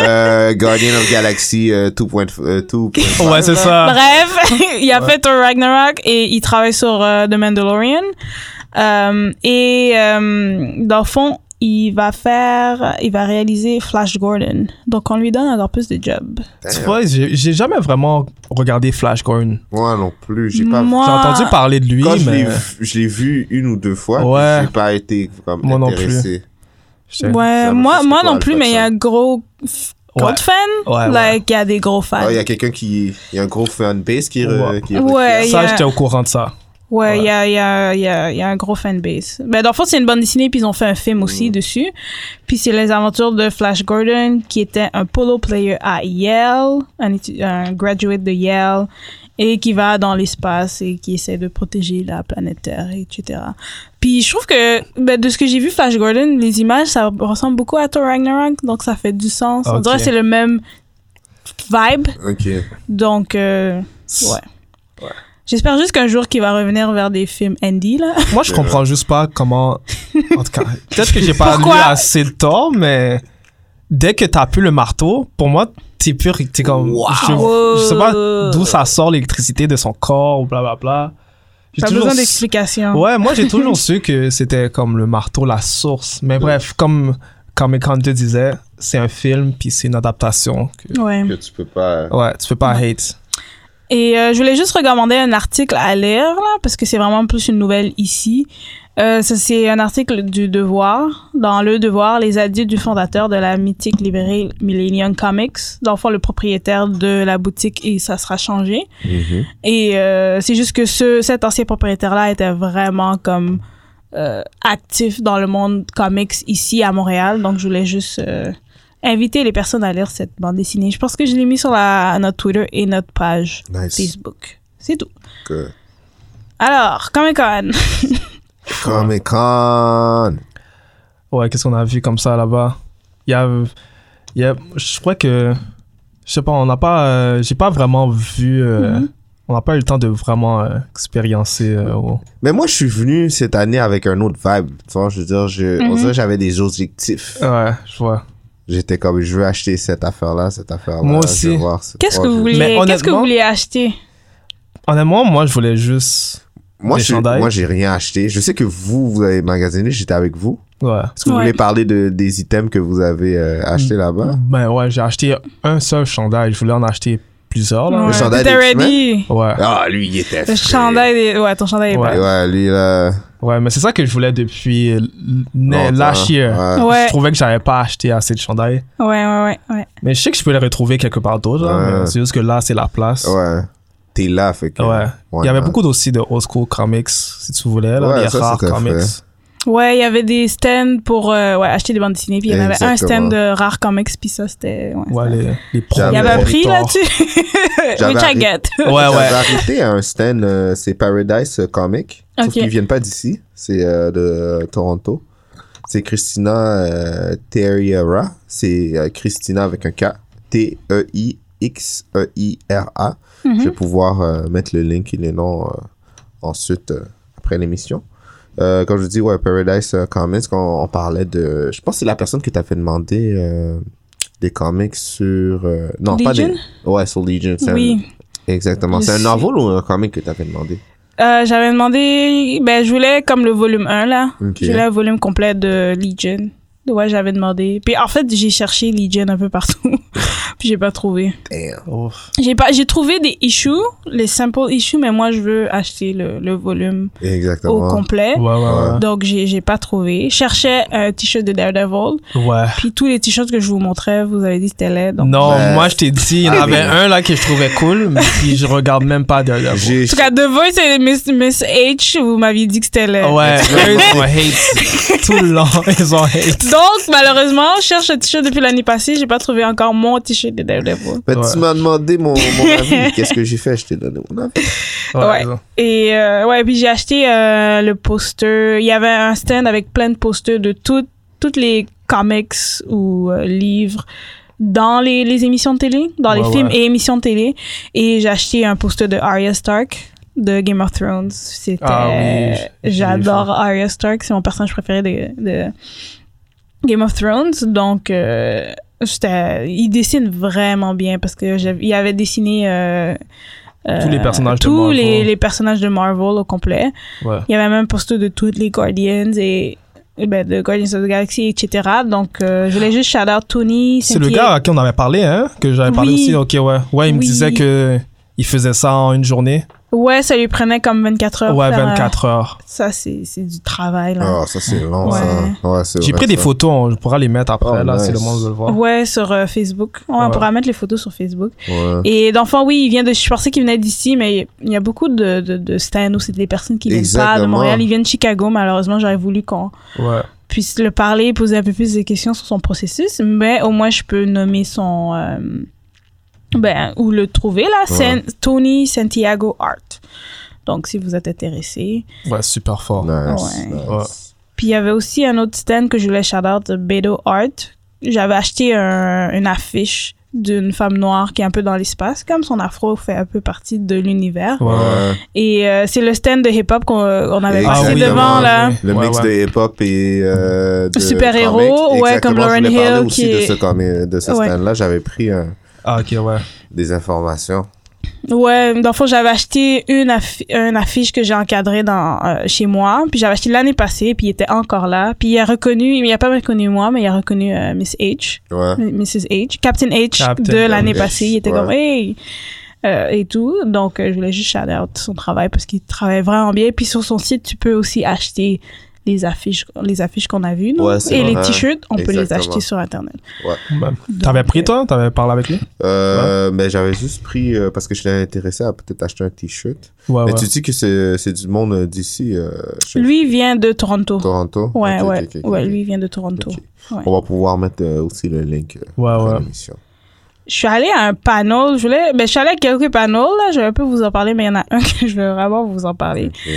A: Euh, Guardian of Galaxy euh, 2.5. euh, 2.5.
B: Ouais, c'est ça.
C: Bref, il a
B: Ah. Ouais.
C: fait Thor Ragnarok et il travaille sur euh, The Mandalorian. Euh, et euh, dans le fond, il va faire, il va réaliser Flash Gordon. Donc on lui donne encore plus de jobs.
B: Tu vois, j'ai, j'ai jamais vraiment regardé Flash Gordon.
A: Moi non plus, j'ai pas.
B: J'ai entendu parler de lui,
A: Quand je l'ai
B: mais.
A: vu- je l'ai vu une ou deux fois,
B: Ouais.
A: j'ai pas été comme
B: Moi non plus.
A: intéressé.
B: j'étais-
C: Ouais,
A: Ça
C: moi,
A: me
C: moi
A: fait
C: non
A: pas
C: plus,
A: le
C: mais il y a
A: faire
C: un gros f-
B: Ouais.
C: gros fan.
B: Ouais, ouais.
C: like, il y a des gros
A: Ah,
C: fans.
A: Il y a quelqu'un qui. Il y a un gros fanbase qui.
B: Ouais.
A: re- qui
C: Ouais.
B: Ça,
C: y a-
B: j'étais au courant de ça.
C: Ouais, il
B: Ouais.
C: y, a, il y, a, il y, a, il y a un gros fanbase. Mais dans le fond, c'est une bande dessinée, puis ils ont fait un film aussi dessus. Puis c'est les aventures de Flash Gordon, qui était un polo player à Yale, un, étu- un graduate de Yale, et qui va dans l'espace et qui essaie de protéger la planète Terre, etc. Puis je trouve que, ben, de ce que j'ai vu, Flash Gordon, les images, ça ressemble beaucoup à Thor Ragnarok, donc ça fait du sens. On
B: Ok.
C: dirait que c'est le même vibe.
A: Ok.
C: Donc, euh, ouais. J'espère juste qu'un jour qu'il va revenir vers des films Andy, là.
B: Moi, je comprends juste pas comment. En tout cas, peut-être que j'ai pas lu
C: Pourquoi?
B: assez de temps, mais dès que t'as pu le marteau, pour moi, t'es pur. T'es comme. Je, je sais pas d'où ça sort l'électricité de son corps ou blablabla. J'ai
C: Pas
B: toujours
C: besoin hein.
B: su-
C: d'explications.
B: Ouais, moi, j'ai toujours su que c'était comme le marteau, la source. Mais bref, comme quand Conte disait, c'est un film, puis c'est une adaptation. que-
C: Ouais.
A: que tu peux pas. euh,
B: Ouais, tu peux pas hate.
C: Et euh, je voulais juste recommander un article à l'air, là, parce que c'est vraiment plus une nouvelle ici. Euh, ça, c'est un article du Devoir. Dans Le Devoir, les adieux du fondateur de la mythique librairie Millennium Comics, d'enfant le propriétaire de la boutique et ça sera changé.
A: Mhm.
C: Et euh, c'est juste que ce, cet ancien propriétaire-là était vraiment comme euh, actif dans le monde comics ici à Montréal. Donc, je voulais juste euh, inviter les personnes à lire cette bande dessinée. Je pense que je l'ai mis sur la, notre Twitter et notre page
B: Oh,
A: Nice.
C: Facebook. C'est tout.
A: Good.
C: Alors, Comic Con.
A: Comic Con.
B: Ouais, qu'est-ce qu'on a vu comme ça là-bas? Il y a, il y a- Je crois que. Je sais pas, on n'a pas. euh, J'ai pas vraiment vu. euh, On n'a pas eu le temps de vraiment euh, expériencer. euh, au-
A: Mais moi, je suis venu cette année avec un autre vibe. Tu vois, je veux dire, je, on
B: Mm-hmm.
C: Mhm.
A: dirait que j'avais des objectifs.
B: Ouais, je vois.
A: J'étais comme, je veux acheter cette affaire-là, cette affaire-là.
B: Moi
A: je veux
B: aussi.
A: voir ce-
C: Qu'est-ce que
A: oh, je-
C: vous
B: Mais
C: voulez, qu'est-ce que
B: honnêtement-
C: vous voulez acheter?
B: Honnêtement, moi, je voulais juste.
A: Moi,
B: Des
A: je suis-
B: chandails.
A: moi, j'ai rien acheté. Je sais que vous, vous avez magasiné, j'étais avec vous.
B: Ouais.
A: Est-ce que vous
C: Ouais.
A: voulez parler de, des items que vous avez euh, achetés là-bas?
B: Ben ouais, j'ai acheté un seul chandail. Je voulais en acheter plusieurs, là.
C: Ouais.
A: chandail
C: T'es
A: des
C: ready?
B: Ouais.
A: Ah, lui, il était
C: Le
A: frais.
C: chandail, est- ouais, ton chandail est
B: Ouais.
C: prêt.
A: Ouais, lui, là.
B: Ouais, mais c'est ça que je voulais depuis euh, l-
A: longtemps.
B: last year.
A: Ouais.
C: Ouais,
B: Je trouvais que j'avais pas acheté assez de chandail.
C: ouais, ouais, ouais. ouais.
B: Mais je sais que je peux les retrouver quelque part d'autre, là,
A: Ouais.
B: mais c'est juste que là, c'est la place.
A: Ouais. T'es là, fait que.
B: Ouais. Il y avait
A: non.
B: beaucoup aussi de old school comics, si tu voulais, là,
A: Ouais,
B: des
A: ça,
B: rares
A: c'était
B: comics.
A: fait.
C: Ouais, il y avait des stands pour euh, ouais, acheter des bandes dessinées, puis il y en avait un
A: Exactement.
C: stand de rares comics, puis ça, c'était... Ouais,
B: Ouais,
C: c'était-
B: les, les
C: il y
B: premiers
C: avait un prix
B: Victor.
C: là-dessus,
A: J'avais
C: which I
A: arrêté-
C: get.
B: Ouais,
A: J'avais
B: ouais.
A: arrêté à un stand, euh, c'est Paradise euh, Comic. Sauf
C: Ok.
A: qu'ils viennent pas d'ici, c'est euh, de euh, Toronto. C'est Christina euh, Terriera. C'est euh, Christina avec un K. E T-E-I-X-E-I-R-A.
C: Mhm.
A: Je vais pouvoir euh, mettre le link et les noms euh, ensuite euh, après l'émission. Euh, comme je dis, ouais, Paradise euh, Comics, on, on parlait de. Je pense que c'est la personne qui t'a fait demander euh, des comics sur. euh, non, pas des.
C: Legion?
A: Ouais, sur Legion. c'est un-
C: Oui.
A: Exactement.
C: Je
A: C'est un
C: sais.
A: novel ou un comic que t'avais demandé
C: Euh, J'avais demandé... Ben, je voulais comme le volume 1, là.
A: Ok.
C: Je voulais un volume complet de Legion. Ouais, j'avais demandé. Puis en fait, j'ai cherché Legion un peu partout, puis j'ai pas trouvé.
A: Damn.
B: Ouf.
C: J'ai pas, j'ai trouvé des issues, les simple issues, mais moi je veux acheter le, le volume au
A: Exactement.
C: complet.
B: Ouais, ouais, ouais.
C: Donc j'ai, j'ai pas trouvé. Je cherchais un t-shirt de Daredevil,
B: Ouais.
C: puis tous les t-shirts que je vous montrais, vous avez dit que c'était laid. Donc.
B: non,
A: Ouais.
B: moi, je t'ai dit, il y en
A: Ah,
B: avait
A: oui.
B: un, là, que je trouvais cool, mais puis je regarde même pas derrière. Ouais,
A: J'ai
C: En tout cas, The Voice et Miss, Miss H, vous m'aviez dit que c'était laid.
B: eux, ils ont hate. Tout le long, ils ont hate.
C: Donc malheureusement, je cherche un t-shirt depuis l'année passée, j'ai pas trouvé encore mon t-shirt de Daredevil.
A: Ben,
B: Ouais.
A: tu m'as demandé mon, mon avis. Qu'est-ce que j'ai fait Je t'ai donné mon avis.
C: Ouais.
B: ils ont-
C: Et euh, ouais, puis j'ai acheté euh, le poster. Il y avait un stand avec plein de posters de toutes toutes les comics ou euh, livres dans les, les émissions de télé, dans les
B: Ouais,
C: films
B: ouais.
C: et émissions de télé. Et j'ai acheté un poster de Arya Stark de Game of Thrones. C'était,
B: Ah oui, j- j'ai
C: j'adore Arya Stark, c'est mon personnage préféré de, de Game of Thrones. Donc euh, c'était, il dessine vraiment bien parce que j'avais- il avait dessiné euh,
B: Tous les personnages de
C: tous
B: Marvel.
C: les- les personnages de Marvel au complet.
B: Ouais.
C: Il y avait même un poster de toutes les Guardians et, et ben, de Guardians of the Galaxy, etc. Donc, euh, je voulais juste shout out Tony.
B: C'est le
C: Saint-Pierre.
B: gars à qui on avait parlé, hein, que j'avais parlé aussi.
C: Oui.
B: Ok, ouais. Ouais, il me
C: Oui.
B: disait que il faisait ça en une journée.
C: Ouais, ça lui prenait comme 24 heures.
B: Ouais,
C: pour faire, euh,
B: 24 heures.
C: Ça, c'est c'est du travail, là.
A: Oh, ça, c'est long,
C: Ouais.
A: ça. Ouais, c'est
B: J'ai
A: vrai,
B: pris des
A: ça.
B: photos, on pourra les mettre après,
A: Oh,
B: là, si
A: nice.
B: le monde veut le voir.
C: Ouais, sur euh, Facebook. Ouais,
B: Ah, Ouais.
C: On pourra mettre les photos sur Facebook.
A: Ouais.
C: Et d'enfants, oui, il vient de. Je pensais qu'il venait d'ici, mais il y a beaucoup de, de, de stands où c'est des personnes qui viennent pas de
A: Exactement.
C: Montréal. Ils viennent de Chicago, malheureusement. J'aurais voulu qu'on
B: Ouais.
C: puisse le parler, poser un peu plus de questions sur son processus, mais au moins je peux nommer son. euh, ben, ou le trouver là, San- Tony Santiago Art. Donc, si vous êtes intéressé.
B: Ouais, super fort.
A: Nice.
C: Ouais.
A: nice.
B: Ouais.
C: Puis, il y avait aussi un autre stand que je voulais shout out, Bedo Art. J'avais acheté un- une affiche d'une femme noire qui est un peu dans l'espace, comme son afro fait un peu partie de l'univers.
B: Ouais. ouais.
A: Ouais.
C: Et euh, c'est le stand de hip-hop qu'on euh, on avait passé
B: Exactement,
C: devant là.
B: oui.
A: Le
B: Ouais,
A: mix
B: ouais.
A: de hip-hop et euh, de
C: Super-héros,
A: comics.
C: ouais, comme
A: Exactement,
C: Lauryn
A: Je voulais parler
C: Hill,
A: aussi
C: qui
A: de
C: est-
A: ce, comi- de ce
C: Ouais.
A: stand-là. J'avais pris euh,
B: Ah, ok, ouais.
A: des informations.
C: Ouais, dans le fond, j'avais acheté une, affi- une affiche que j'ai encadrée dans, euh, chez moi. Puis j'avais acheté l'année passée, puis il était encore là. Puis il a reconnu, il a pas reconnu moi, mais il a reconnu euh, Miss H,
A: Ouais.
C: M- Mrs. H, Captain H
B: Captain
C: de l'année
A: H,
C: passée. Il était
A: ouais.
C: comme, hey! Euh, et tout. Donc, euh, je voulais juste shout out son travail parce qu'il travaille vraiment bien. Puis sur son site, tu peux aussi acheter les affiches, les affiches qu'on a vues. non?
A: Ouais, c'est
C: et les
A: vrai.
C: t-shirts, on peut les
A: Exactement.
C: acheter sur Internet.
B: Ben, T'avais pris, toi T'avais parlé avec lui
A: Euh, Mais j'avais juste pris euh, parce que je l'ai intéressé à peut-être acheter un t-shirt.
B: Ouais,
A: mais
B: Ah ouais.
A: tu dis que c'est c'est du monde euh, d'ici, euh, chez-
C: Lui vient de Toronto.
A: Toronto.
C: Ouais,
A: Ok,
C: ouais.
A: ok, ok,
C: Ouais,
A: ok.
C: lui vient de Toronto.
A: Ok.
C: Ouais.
A: On va pouvoir mettre euh, aussi le link euh,
B: Ouais,
A: après
B: Ah ouais.
A: l'émission.
C: Je suis allée à un panel, je voulais, ben, je suis allée à quelques panels, là, je vais un peu vous en parler, mais il y en a un que je veux vraiment vous en parler.
A: Ok.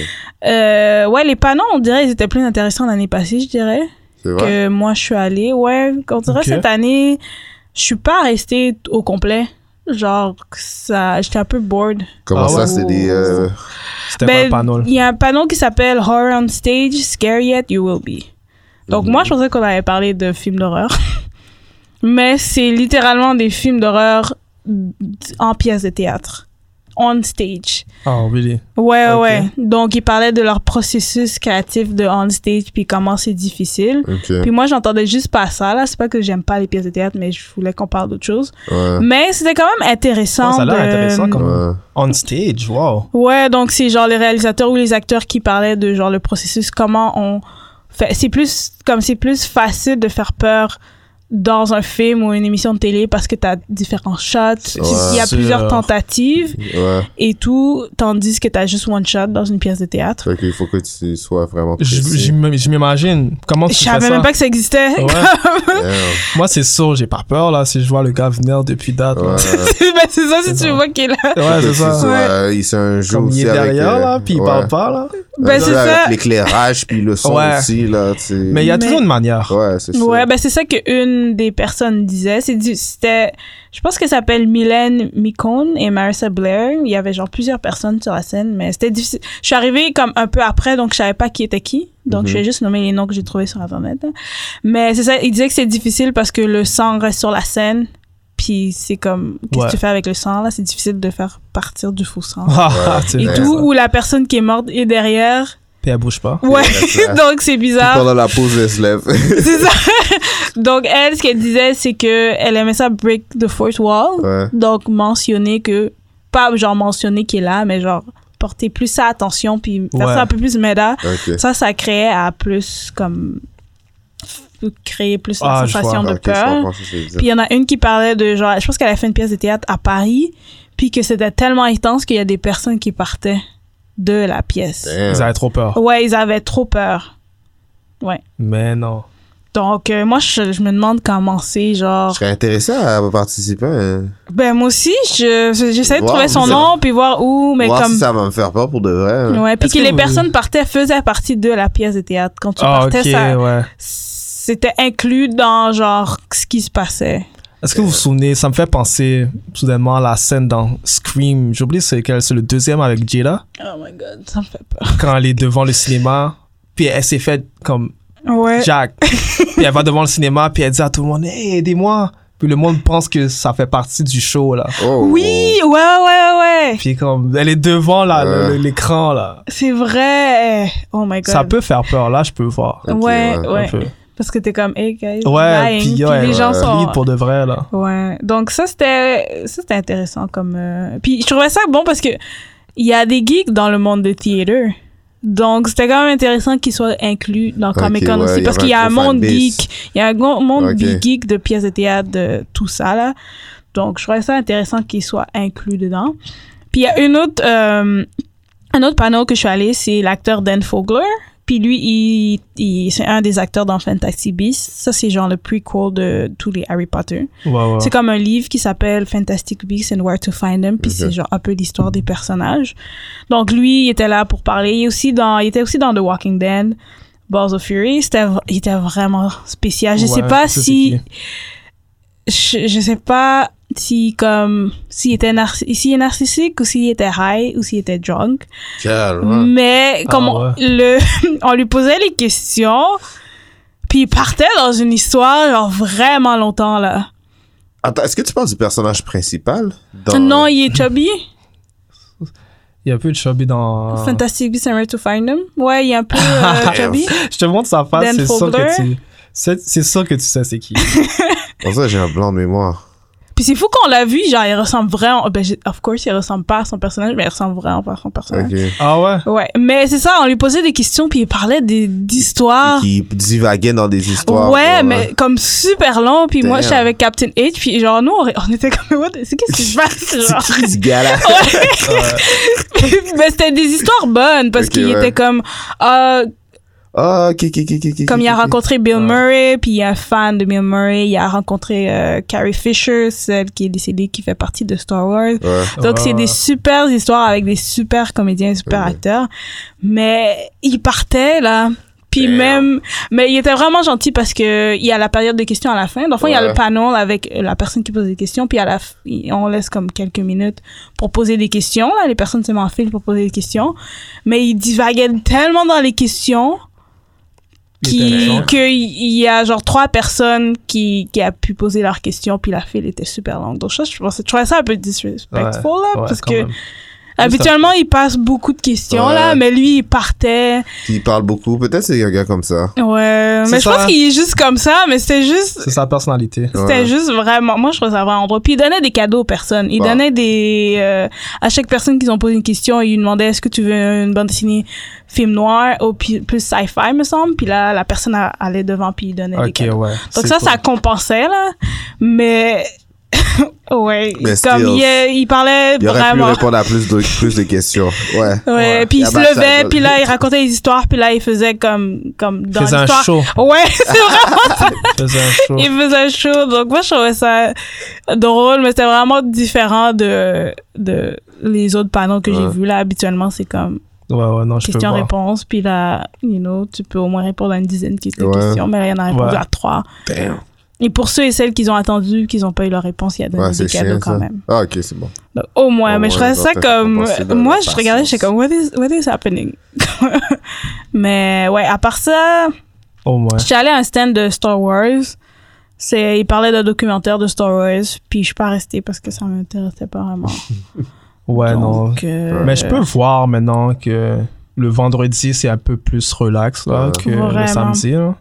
C: Euh, ouais, les panneaux, on dirait, ils étaient plus intéressants l'année passée, je dirais,
A: C'est vrai?
C: que moi, je suis allée. Ouais, on dirait
B: Ok.
C: cette année, je suis pas restée t- au complet. Genre, ça, j'étais un peu bored.
A: Comment
B: Ah
A: ça,
B: ouais.
A: c'est des. euh,
B: C'était
C: Ben,
B: pas un panneau.
C: Il y a un panneau qui s'appelle Horror on Stage, Scary Yet You Will Be. Donc, moi, je pensais qu'on avait parlé de films d'horreur. Mais c'est littéralement des films d'horreur d- en pièces de théâtre. On stage.
B: Oh, really
C: Ouais,
B: Ok.
C: ouais. Donc, ils parlaient de leur processus créatif de on stage, puis comment c'est difficile.
A: euh, Ok.
C: Puis moi, j'entendais juste pas ça, là. C'est pas que j'aime pas les pièces de théâtre, mais je voulais qu'on parle d'autre chose.
A: Ouais.
C: Mais c'était quand même intéressant.
B: Ouais, ça a l'air
C: de-
B: intéressant comme
A: Ouais.
B: on stage, wow.
C: Ouais, donc c'est genre les réalisateurs ou les acteurs qui parlaient de genre le processus, comment on fait. C'est plus comme c'est plus facile de faire peur dans un film ou une émission de télé parce que t'as différents shots, il y a
B: sûr.
C: plusieurs tentatives
A: Ouais.
C: et tout, tandis que t'as juste one shot dans une pièce de théâtre.
A: Fait qu'il faut que tu sois vraiment.
B: Je
A: précis.
B: j'im- je m'imagine. Comment
C: Je
B: tu fais
C: savais
B: ça
C: même pas que ça existait.
B: Ouais.
A: Damn.
B: Moi, c'est sûr, j'ai pas peur là si je vois le gars venir depuis date. là.
A: Ouais.
C: Ben, c'est ça si
B: C'est
C: tu
B: ça.
C: vois qu'il est là.
B: Ouais, c'est ça.
A: Ouais, il c'est un jeu
B: Comme il
A: aussi
B: est
A: avec,
B: derrière
A: euh,
B: là, puis il
A: ouais.
B: parle pas là.
C: Ben, c'est
A: Avec
C: ça.
A: l'éclairage, puis le son
B: Ouais.
A: aussi, là, tu sais.
B: Mais il y a
C: Mais-
B: toujours une manière.
A: Ouais, c'est ça.
C: Ouais, ben c'est ça qu'une des personnes disait. C'est du- C'était, je pense qu'elle s'appelle Mylène Micon et Marissa Blair. Il y avait genre plusieurs personnes sur la scène, mais c'était difficile. Je suis arrivée comme un peu après, donc je savais pas qui était qui. Donc je vais juste nommer les noms que j'ai trouvés sur Internet. hein. Mais c'est ça, il disait que c'est difficile parce que le sang reste sur la scène. Puis c'est comme, qu'est-ce que
B: Ouais.
C: tu fais avec le sang là? C'est difficile de faire partir du faux sang.
B: Ah, c'est
C: Et
B: vrai,
C: tout,
B: ça.
C: ou la personne qui est morte est derrière.
B: Puis elle bouge pas.
C: Ouais,
A: ça.
C: donc c'est
A: Puis
C: bizarre.
A: pendant la pause, elle se lève.
C: C'est ça. Donc, elle, ce qu'elle disait, c'est que elle aimait ça break the fourth wall.
A: ouais.
C: Donc, mentionner que, pas genre mentionner qu'il est là, mais genre porter plus ça attention, puis faire
B: Ouais.
C: ça un peu plus méda.
A: Ok.
C: Ça, ça créait à plus, comme, f- créer plus la
B: Ah, je
C: sensation
B: vois.
C: de
A: Ok, je
C: peur.
A: comprends ce que je veux dire.
C: Puis il y en a une qui parlait de genre, je pense qu'elle a fait une pièce de théâtre à Paris, puis que c'était tellement intense qu'il y a des personnes qui partaient de la pièce.
A: Damn.
B: Ils avaient trop peur.
C: Ouais, ils avaient trop peur.
B: Mais non.
C: Donc, euh, moi, je, je me demande comment c'est,
A: Je
C: genre.
A: serais intéressé à participer. hein.
C: Ben, moi aussi, je- je- j'essaie de
A: Voir
C: trouver
A: si
C: son
A: ça-
C: nom, puis voir où, mais
A: Voir
C: comme.
A: si ça va me faire peur pour de vrai. hein.
C: Ouais, puis
B: Est-ce
C: que,
B: que
C: les
B: vous-
C: personnes partaient, faisaient partie de la pièce de théâtre. Quand tu
B: Ah,
C: partais,
B: ok,
C: ça.
B: ouais.
C: C'était inclus dans, genre, ce qui se passait.
B: Est-ce que vous vous souvenez, ça me fait penser soudainement à la scène dans Scream. J'oublie c'est quel, c'est le deuxième avec Jada.
C: Oh my god, ça me fait peur.
B: Quand elle est devant le cinéma, puis elle s'est faite comme
C: Ouais.
B: Jack. puis elle va devant le cinéma, puis elle dit à tout le monde, hey, aidez-moi. Puis le monde pense que ça fait partie du show, là.
A: Oh,
C: Oui, ouais, ouais, ouais.
B: Puis comme, elle est devant, là, le- le- l'écran, là.
C: C'est vrai. Oh my god.
B: Ça peut faire peur, là, je peux voir.
A: Ok,
C: ouais,
A: ouais.
B: Un
C: ouais.
B: peu.
C: Parce que t'es comme, hey guys,
B: Ouais,
C: dying.
B: puis
C: Puis
B: ouais,
C: les gens
B: ouais.
C: sont.
B: Lead pour de vrai, là.
C: Ouais. Donc ça c'était ça c'était intéressant comme euh, puis je trouvais ça bon parce que il y a des geeks dans le monde de théâtre. Donc c'était quand même intéressant qu'ils soient inclus dans
A: Ok,
C: Comic Con
A: ouais,
C: aussi
A: il y
C: parce
A: avait
C: qu'il y
A: un
C: a un
A: gros
C: monde
A: fanbase.
C: geek, il y a un gros monde
A: Ok.
C: big geek de pièces de théâtre de tout ça là. Donc je trouvais ça intéressant qu'ils soient inclus dedans. Puis il y a une autre euh, un autre panneau que je suis allée, c'est l'acteur Dan Fogler. Puis lui, il, il- c'est un des acteurs dans Fantasy Beasts. Ça, c'est genre le prequel de tous les Harry Potter.
B: Ouais, ouais.
C: C'est comme un livre qui s'appelle Fantastic Beasts and Where to Find Them, puis c'est
A: Ok.
C: genre un peu l'histoire des personnages. Donc lui, il était là pour parler. Il, est aussi dans, il était aussi dans The Walking Dead, Balls of Fury. C'était, v- il était vraiment spécial. Je sais
B: Ouais,
C: pas
B: ça, c'est
C: si,
B: qui.
C: je, je sais pas si comme s'il était narci- s'il est narcissique ou s'il était high ou s'il était drunk. Mm.
A: Calme.
C: Mais
B: Ah,
C: comme
B: ouais.
C: on, le, on lui posait les questions, puis il partait dans une histoire genre vraiment longtemps là.
A: Attends, est-ce que tu parles du personnage principal? dans-
C: Non, il est chubby.
B: Il y a un peu de chubby dans.
A: Ah.
C: Fantastic Beasts and Where to Find Them. Ouais, il y a un peu euh, chubby.
B: Ah, Je te montre sa face,
C: Dan
B: c'est sûr
C: Fogler.
B: que tu. C'est c'est sûr que tu sais c'est qui.
A: Pour ça, j'ai un blanc de mémoire.
C: Puis c'est fou qu'on l'a vu, genre, il ressemble vraiment. Ben, j'ai- of course, il ressemble pas à son personnage, mais il ressemble vraiment pas à son personnage.
A: Ok.
B: Ah ouais?
C: Ouais, mais c'est ça, on lui posait des questions, puis il parlait des- d'histoires.
A: Qui divaguait dans des histoires.
C: Ah. Ouais,
A: genre,
C: mais comme super long. Puis moi,
A: Damn.
C: j'étais avec Captain H. Puis genre, nous, on, on était comme, What the- c'est qu'est-ce qui se passe?
A: hein.
C: genre?
A: C'est qui ce gars-là?
C: mais c'était des histoires bonnes parce
A: Ok,
C: qu'il
A: ouais.
C: était comme, Ah,
A: Ah, ok, ok, ok, ok.
C: comme il a
A: ok, ok.
C: rencontré Bill
B: Ouais.
C: Murray, puis il est un fan de Bill Murray. Il a rencontré euh, Carrie Fisher, celle qui est décédée, qui fait partie de Star Wars.
A: Ouais.
C: Donc,
B: Ouais,
C: c'est
B: ouais.
C: des super histoires avec des super comédiens, super
A: Ouais.
C: acteurs. Mais il partait, là. Puis même, mais il était vraiment gentil parce que il y a la période de questions à la fin. Dans le fond, il y a
A: Ouais.
C: le panel avec la personne qui pose des questions. Puis à la, f- on laisse comme quelques minutes pour poser des questions. Là, les personnes se mettent en file pour poser des questions. Mais il divaguait tellement dans les questions qui,
B: Il était
C: que il y a genre trois personnes qui, qui a pu poser leurs questions puis la file était super longue donc ça, je pensais je trouvais ça un peu disrespectful là,
B: Ouais,
C: parce
B: quand
C: que
B: même.
C: habituellement il passe beaucoup de questions
A: Ouais.
C: là mais lui il partait
A: Il parle beaucoup. Peut-être c'est un gars comme ça.
C: ouais
B: C'est
C: mais je
B: ça.
C: pense qu'il est juste comme ça mais c'était juste
B: C'est sa personnalité.
C: c'était
A: Ouais.
C: juste vraiment moi je trouvais ça vraiment drôle puis il donnait des cadeaux aux personnes il
B: Bah.
A: Wow.
C: donnait des euh, à chaque personne qu'ils ont posé une question il lui demandait est-ce que tu veux une bande dessinée film noir ou puis- plus sci-fi me semble puis là la personne a- allait devant puis il donnait des
B: Ok,
C: cadeaux
B: ouais.
C: Ben, donc
B: c'est
C: ça,
B: cool.
C: ça compensait, là. Mais... ouais.
A: Mais
C: comme
A: still,
C: il, euh, il parlait
A: Il aurait pu
C: vraiment...
A: répondre à plus de, plus de questions. Ouais. Ah bah,
C: Ouais, puis
A: Il
C: il
A: a
C: se
A: bassé la
C: levait,
A: gueule.
C: puis là, il racontait les histoires, puis là, il faisait comme, comme
B: Il
C: dans
B: faisait un
C: l'histoire.
B: show.
C: Ouais, c'est vrai,
B: Il faisait un show.
C: il faisait un show. Donc, moi, je trouvais ça drôle, mais c'était vraiment différent de, de les autres panneaux que j'ai
A: Ouais.
C: vus. Là, habituellement, c'est comme
B: Ouais, ouais, non, je peux voir.
C: question-réponse, puis là, you know, tu peux au moins répondre à une dizaine de questions,
A: Ouais.
C: mais là, il y en a répondu
B: Ouais.
C: à trois.
A: Damn.
C: Et pour ceux et celles qui ont attendu, qui n'ont pas eu leur réponse, il y a donné
A: Ouais,
C: des
A: c'est
C: cadeaux
A: chiant,
C: quand
A: ça.
C: même.
A: Ah, ok, c'est bon.
C: Donc, au moins,
A: Au
C: mais je
A: moins,
B: Ah
C: trouvais ça
A: ils ont
C: comme.
A: compensé leur
C: Moi, je regardais, j'étais
A: patience.
C: comme, what is, what is happening? mais ouais, à part ça,
B: Au moins.
C: j'étais allée à un stand de Star Wars. C'est, il parlait d'un documentaire de Star Wars, puis je suis pas restée parce que ça m'intéressait pas vraiment.
B: Ouais, non.
C: Donc, euh,
B: Mais je peux voir maintenant que le vendredi, c'est un peu plus relax là,
A: Ouais.
B: que
C: Vraiment.
B: le samedi. là.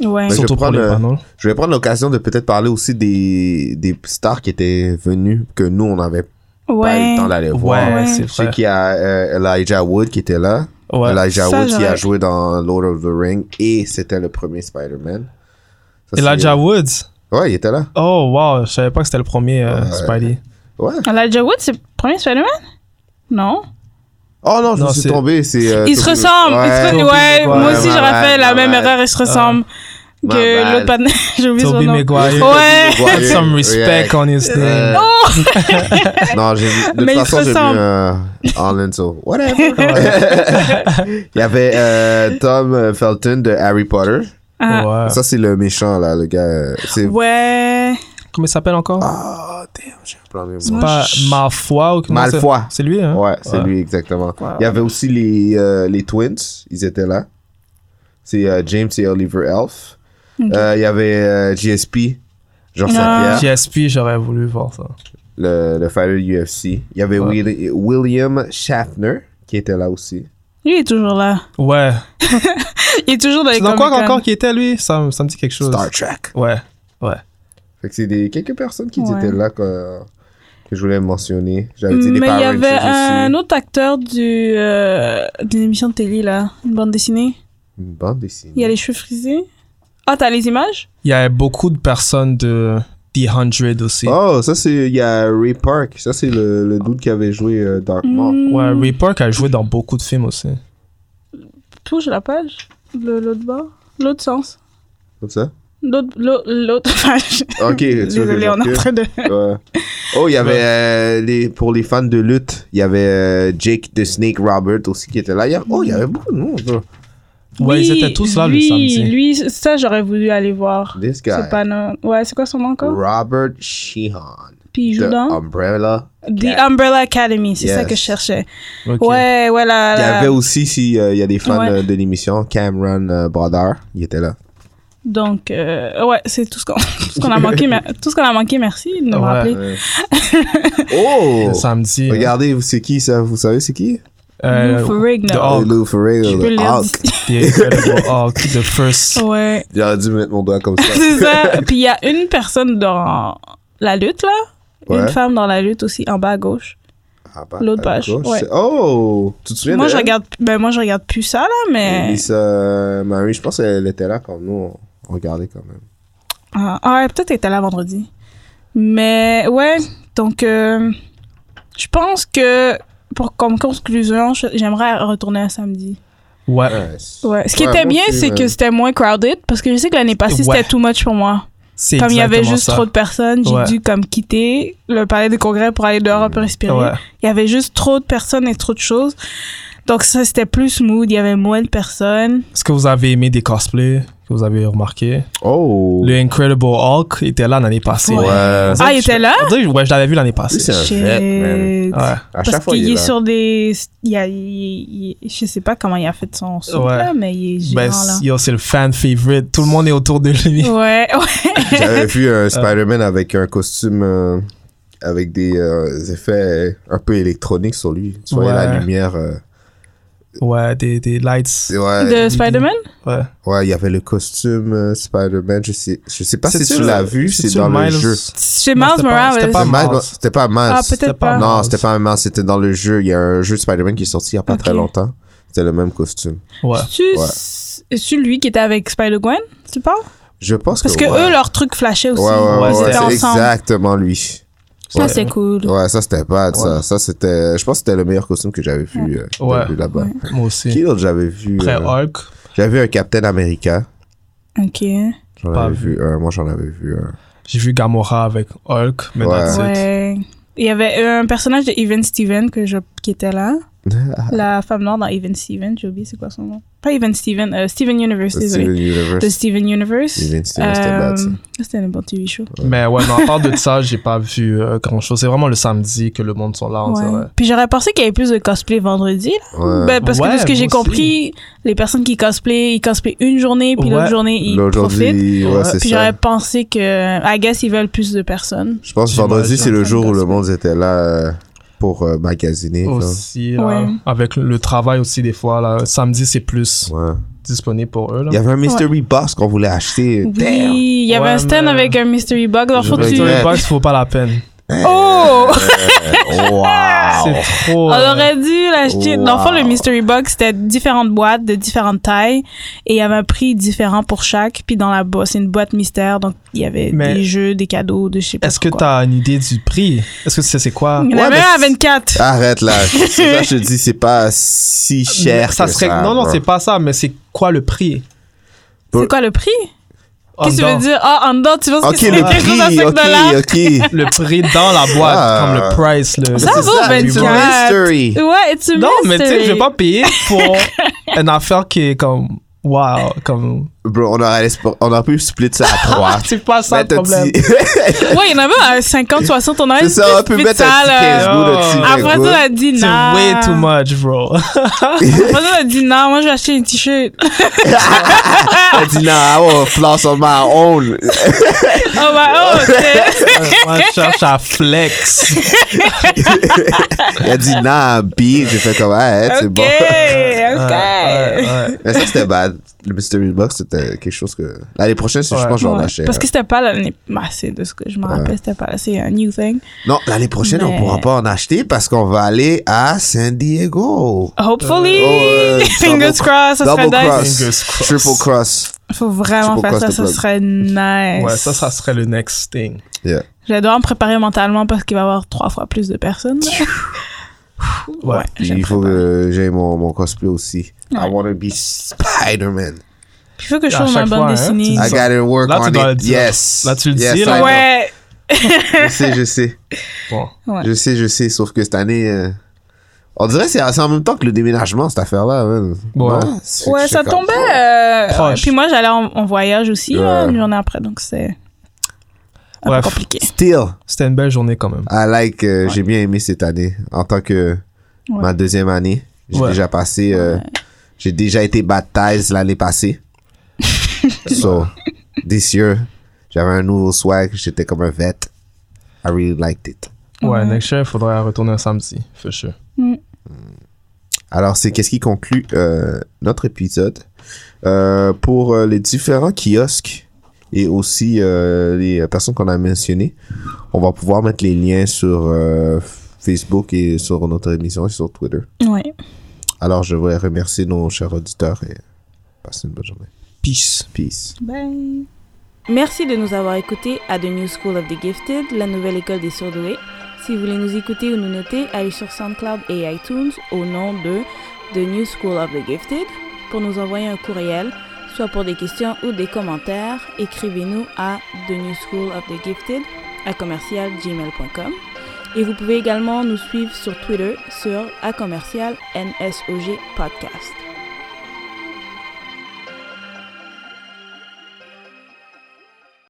C: Ouais.
A: Mais je
B: Surtout pour
A: prends
B: les
A: le-
B: panneaux.
A: Je vais prendre l'occasion de peut-être parler aussi des, des stars qui étaient venues, que nous, on n'avait pas eu
C: Ouais.
A: le temps d'aller voir.
B: Ouais, c'est
A: Je sais
B: vrai.
A: qu'il y a euh, Elijah Wood qui était là.
B: Ouais.
A: Elijah
C: Ça,
A: Wood qui a
C: j'aurais-
A: joué dans Lord of the Rings et c'était le premier Spider-Man. Ça, c'est-
B: Elijah Woods.
A: Ouais, il était là.
B: Oh, wow, je savais pas que c'était le premier euh,
A: Ouais.
B: Spidey.
A: Ouais.
C: Elijah Wood, c'est le premier Spider-Man? Non?
A: Oh non, je
B: Non,
A: me suis
B: c'est-
A: tombé. C'est, euh,
C: Ils se
A: tout-
C: ressemblent. ils se
A: Ouais.
C: re-
B: Toby
C: Ouais,
B: Maguire.
C: moi aussi,
A: Ouais, Ah.
C: j'aurais
A: ma
C: fait
A: bad,
C: la
A: ma
C: même
A: bad.
C: erreur. Ils se ressemblent
A: Ma
C: que
A: bad.
C: l'autre pan- J'ai oublié son
B: Toby
C: nom.
B: Maguire.
C: Ouais.
A: Ouais.
B: Put some respect on his
A: Euh,
B: name.
C: Oh!
A: non, j'ai vu. De toute
C: Mais ils se
A: façon, j'ai vu
C: ressemblent.
A: euh, Arlen, so Whatever. il y avait euh, Tom Felton de Harry Potter.
C: Ah.
B: Ouais.
A: Ça, c'est le méchant, là, le gars. euh, C'est.
C: Ouais.
B: Comment il s'appelle encore
A: Ah, damn, j'ai un plan de
B: C'est
A: mémoire.
B: pas Malfoy ou comment ça-
A: Malfoy.
B: C'est lui, hein
A: Ouais, c'est
B: Ouais.
A: lui, exactement. Il y avait aussi les, euh, les Twins, ils étaient là. C'est euh, James et Oliver Elf. Euh, il y avait euh, GSP, Georges
C: Ah.
A: Saint-Pierre,
B: GSP, j'aurais voulu voir ça.
A: le, le fighter UFC. Il y avait
B: Ouais.
A: Willi- William Shatner, qui était là aussi.
C: Lui, il est toujours là.
B: Ouais.
C: Il est toujours dans les
B: C'est dans quoi
C: Comic-Con.
B: encore qui était lui ça, me- ça me dit quelque chose.
A: Star Trek.
B: Ouais. Ouais.
A: Fait que c'est des, quelques personnes qui
C: Ouais.
A: étaient là que, que je voulais mentionner. J'avais dit des
C: Mais il y
A: Power
C: avait
A: Rangers
C: un
A: aussi.
C: autre acteur du, euh, de l'émission de télé, là. Une bande dessinée.
A: Une bande dessinée.
C: Il y a les cheveux frisés. Ah, t'as les images?
B: Il y a beaucoup de personnes de The 100 aussi.
A: Oh, ça c'est. Il y a Ray Park. Ça c'est le, le dude qui avait joué euh, Dark
C: Mm.
A: Maw.
B: Ouais,
C: Hmm.
B: Ray Park a joué dans beaucoup de films aussi.
C: Tout, j'ai la page. Le- L'autre bord. L'autre sens.
A: Comme ça.
C: L'autre, l'autre- l'autre page.
A: Ok, tu veux que je
C: Désolé, on est en
A: recule?
C: train de.
A: Ouais. Oh, il y avait euh, les, pour les fans de lutte, il y avait euh, Jake de Snake Robert aussi qui était là. Il y avait- oh, il y avait beaucoup de monde. là.
B: Ouais,
C: Lui-
B: ils étaient tous là le
C: lui-
B: samedi.
C: Lui, ça, j'aurais voulu aller voir.
A: This guy,
C: C'est pas non. Ouais, c'est quoi son nom encore?
A: Robert Sheehan,
C: Puis il joue
A: de
C: dans.
A: Umbrella.
C: The Umbrella Academy, c'est ça
A: Yes.
C: que je cherchais.
B: Ok.
C: Ouais, ouais, la,
A: Il y
C: la-
A: avait aussi, s'il euh, y a des fans
C: Euh, Ouais.
A: euh, de l'émission, Cameron euh, Brodeur, il était là.
C: Donc, euh, ouais, c'est tout ce qu'on tout ce qu'on a manqué. mer- Tout ce qu'on a manqué, merci de me
B: Ouais.
C: rappeler.
A: Oh!
B: Le samedi.
A: Regardez, c'est qui ça? Vous savez c'est qui?
B: Euh,
C: Lou Ferrigno.
B: The Hulk.
A: Lou Ferrigno,
C: Je peux
A: le
C: lire
A: Hulk.
B: The Incredible Hulk, The First.
C: Ouais,
A: J'aurais dû mettre mon doigt comme ça.
C: c'est ça. Puis il y a une personne dans la lutte, là. Une
A: Ouais.
C: femme dans la lutte aussi, en bas à gauche.
A: Ah, bah,
C: L'autre
A: à
C: page,
A: gauche,
C: ouais.
A: c'est- Oh! Tu te souviens
C: Moi
A: de
C: je,
A: elle?
C: regarde, ben, moi, je regarde plus ça, là, mais.
A: Lisa Marie, je pense qu'elle était là quand nous, on regardait quand même.
C: Ah, ah ouais, peut-être elle était là vendredi. Mais ouais, donc euh, je pense que pour comme conclusion, je- j'aimerais retourner un samedi.
B: Ouais. euh,
A: Ouais.
C: Ouais. Ce qui
A: Ouais,
C: était
A: moi
C: bien,
A: aussi,
C: c'est
A: ouais.
C: que c'était moins crowded parce que je sais que l'année passée,
B: Ouais.
C: c'était too much pour moi.
B: C'est
C: Comme il y avait
B: exactement
C: juste
B: ça.
C: trop de personnes, j'ai
B: Ouais.
C: dû comme quitter le palais des congrès pour aller dehors un peu respirer.
B: Ouais.
C: Il y avait juste trop de personnes et trop de choses. Donc ça, c'était plus smooth, il y avait moins de personnes.
B: Est-ce que vous avez aimé des cosplays que vous avez remarqué
A: Oh!
B: Le Incredible Hulk était là l'année passée.
A: Ouais.
B: On dirait
C: Ah,
B: que
C: il
B: je-
C: était là?
B: on dirait que- Ouais, je l'avais vu l'année
A: Lui,
B: passée.
A: c'est un vet, man.
C: Shit.
B: Ouais. Ben,
A: À chaque
C: Parce
A: fois,
C: qu'il
A: il
C: est,
A: est là.
C: sur des. Il y a, il- il- je sais pas comment il a fait son son
B: Ouais.
C: là, mais il est géant
B: Ben, yo, c'est le fan favorite. Tout le monde est autour de lui.
C: là. Ouais, ouais.
A: J'avais vu
B: Ah.
A: un Spider-Man avec un costume euh, avec des euh, effets un peu électroniques sur lui. Tu voyais
B: Ouais.
A: la lumière. euh,
B: Ouais, des, des lights.
A: ouais,
C: De Spider-Man?
B: Ouais.
A: ouais, il y avait le costume euh, Spider-Man. Je sais, je sais pas si
B: C'est-tu
A: tu
B: le-
A: l'as vu, c'est
B: c'est-tu
A: dans le
B: Miles-
A: jeu.
C: C'est
B: Non,
C: Miles
B: c'était pas-
C: Morales.
B: c'était pas-
A: C'était
B: Miles.
A: Miles- C'était pas Miles.
C: Ah, peut-être pas.
B: Miles.
A: Non, c'était pas Miles, c'était dans le jeu. Il y a un jeu Spider-Man qui est sorti il y a pas
C: Ok.
A: très longtemps. C'était le même costume.
B: Ouais.
C: C'est-tu
A: Ouais.
C: c'est-tu lui qui était avec Spider-Gwen, tu parles?
A: Je pense
C: Parce
A: que.
C: que
A: ouais.
C: eux, leur truc flashait aussi.
A: Ouais, ouais, ouais,
B: ils
A: ouais,
B: étaient
A: c'est
C: ensemble.
A: exactement lui.
C: Ça,
A: Ouais.
C: c'est cool.
A: Ouais, ça c'était pas ça. Ça c'était. Je pense que c'était le meilleur costume que j'avais vu, euh, que j'avais
B: Ouais.
A: vu là-bas.
B: Moi
A: Qui
B: aussi.
A: d'autre j'avais vu
B: Après
A: euh,
B: Hulk,
A: J'avais vu un Captain America.
C: Ok.
A: J'en
B: Pas
A: avais
B: vu.
A: vu un. Moi j'en avais vu un.
B: j'ai vu Gamora avec Hulk, mais
A: Ouais.
B: that's it.
C: Ouais. Il y avait un personnage de Even Steven que je, qui était là. La femme noire dans Even Steven, j'ai oublié c'est quoi son nom. Pas Even Steven, euh, Steven Universe, désolé.
A: Steven Universe.
C: de Steven Universe.
A: Steven Universe, c'était bad, ça.
C: Euh, C'était un bon TV show.
B: Mais ouais, mais en part de ça, j'ai pas vu euh, grand chose. C'est vraiment le samedi que le monde sont là, on
C: Ouais.
B: dirait.
C: Puis j'aurais pensé qu'il y avait plus de cosplay vendredi. là.
A: Ouais.
C: Ben, parce que
B: Ouais,
C: de ce que
B: moi
C: j'ai
B: aussi.
C: compris, les personnes qui cosplayent, ils cosplayent une journée, puis
B: Ouais.
C: l'autre journée, ils profitent.
A: L'aujourd'hui, ouais,
B: Ouais.
A: c'est
C: Puis
A: ça.
C: j'aurais pensé que, I guess, ils veulent plus de personnes.
A: Je pense que
B: J'imagine.
A: vendredi c'est le jour où le
C: Fantastique.
A: monde était là euh, pour euh, magasiner. genre.
B: Aussi, là,
C: Ouais.
B: avec le travail aussi, des fois, là. Samedi, c'est plus
A: Ouais.
B: disponible pour eux, là.
A: Il y avait un Mystery Box qu'on voulait acheter.
C: Oui,
A: Damn.
C: il y avait
B: Ouais,
C: un stand
B: mais-
C: avec un mystery box. Alors,
A: Je
C: faut que tu...
B: Sur
A: Ouais.
B: les box, faut pas la peine.
C: Oh!
A: Wow.
B: C'est trop.
C: On
B: euh,
C: Oh! aurait dû l'acheter.
A: Wow.
C: Dans le fond, le mystery box, c'était différentes boîtes de différentes tailles et il y avait un prix différent pour chaque. Puis dans la boîte, c'est une boîte mystère, donc il y avait
B: Mais-
C: des jeux, des cadeaux, de je sais pas.
B: Est-ce que
C: quoi.
B: t'as une idée du prix Est-ce que tu sais c'est quoi
C: Il y en
A: Ouais,
C: avait
A: mais
C: un à
A: c'est- Ah,
C: 24.
A: Arrête là. C'est ça, je te dis, c'est pas si cher.
B: Ça
A: que
B: serait. non, non,
A: bro.
B: c'est pas ça, mais c'est quoi le prix
C: C'est quoi le prix?
B: En
C: Qu'est-ce que tu veux
B: dedans.
C: dire? Ah, en dedans, tu penses
A: Ok,
C: que
A: le
C: c'est quelque chose à 5 dollars?
A: prix. Ok, ok.
B: Le prix dans la boîte,
A: Ah.
B: comme le price. Le,
C: Ça
B: le-
C: vaut
A: ça, it's a
C: 24.
A: mystery.
C: Ouais, it's a
B: Non, mais tu sais, je
C: mystery.
B: vais pas payer pour une affaire qui est comme. Waouh, comme.
A: Bro, on aurait, on aurait pu split ça à trois.
B: C'est pas ça le
A: Mettre un
B: problème.
A: petit-
C: Ouais, il y en avait un 50, 60, on a
A: C'est
C: une
A: ça, on
C: petite
A: peut mettre un
C: salle,
A: petit
C: euh,
A: 15 goûts, un petit 20
C: Après ça,
A: goûts.
C: on a dit
B: C'est
C: non.
B: way too much, bro.
C: Après ça, on a dit non, moi, je vais acheter un t-shirt.
A: Elle dit, non, I will floss on my own.
C: Oh, bah, oh, c'est-
B: Moi, je cherche à flex.
A: Elle dit, non, B. J'ai fait comme, ah, c'est
C: ok,
A: bon.
B: Ouais,
C: ok.
B: ouais, ouais.
A: Mais ça, c'était bad. Le Mystery Box, c'était quelque chose que. L'année prochaine, c'est- je
B: Ouais.
A: pense que je vais en
C: Ouais,
A: acheter.
C: parce
A: un.
C: que c'était pas l'année passée, de ce que je me rappelle, c'était pas là, c'est un new thing.
A: Non, l'année prochaine, on
C: Mais-
A: pourra pas en acheter parce qu'on va aller à San Diego.
C: Hopefully,
A: Euh, ouais,
C: fingers
A: double-
C: crossed, ça serait
A: Double
C: nice.
A: cross.
B: Fingers crossed.
A: Triple cross.
C: Faut vraiment
A: Triple
C: faire ça,
A: cross
C: ça
A: the plug.
C: serait nice.
B: Ouais, ça, ça serait le next thing.
A: Yeah.
C: Je dois me préparer mentalement parce qu'il va y avoir trois fois plus de personnes.
B: Ouais.
C: je
A: Il
C: me
A: faut
C: prépare.
A: que j'ai mon, mon cosplay aussi.
C: Ouais.
A: I wanna be Spider-Man.
C: Il faut que je
B: À
C: trouve ma
B: chaque
C: bande
B: fois, hein,
C: dessinée.
B: tu
A: I
B: dis-
A: gotta work
B: Là, tu
A: on
B: dois
A: it.
B: le dire.
A: Yes.
B: Là, tu le
A: Yes,
B: dis,
A: I
B: là.
A: know.
C: Ouais,
A: Je sais, je sais.
B: Bon.
C: Ouais.
A: Je sais, je sais. Sauf que cette année, euh, on dirait que c'est c'est en même temps que le déménagement, cette affaire-là. man.
B: Ouais.
A: Non? C'est-
C: ouais,
A: c'est
C: ça
A: comme-
C: tombait. euh,
B: Proche.
C: Puis moi, j'allais en, en voyage aussi,
A: Ouais.
C: là, une journée après, donc c'est un peu
B: Bref.
C: compliqué.
A: Still,
B: C'était une belle journée quand même.
A: I like. euh, J'ai bien aimé cette année. En tant que
C: Ouais.
A: ma deuxième année, j'ai
B: Ouais.
A: déjà passé. euh, J'ai déjà été baptisé l'année passée. so, This year, j'avais un nouveau swag, j'étais comme un vet. I really liked it.
B: Ouais, next year, il faudra retourner un samedi, for sure.
A: Alors, c'est qu'est-ce qui conclut euh, notre épisode Euh, pour euh, les différents kiosques et aussi euh, les personnes qu'on a mentionnées. On va pouvoir mettre les liens sur euh, Facebook et sur notre émission et sur Twitter.
C: Ouais.
A: Alors, je voulais remercier nos chers auditeurs et passez une bonne journée. Peace. Peace.
C: Bye.
D: Merci de nous avoir écoutés à The New School of the Gifted, la nouvelle école des surdoués. Si vous voulez nous écouter ou nous noter, allez sur SoundCloud et iTunes au nom de The New School of the Gifted. Pour nous envoyer un courriel, soit pour des questions ou des commentaires, écrivez-nous à The New School of the Gifted à commercialgmail.com. Et vous pouvez également nous suivre sur Twitter sur à commercial NSOG Podcast.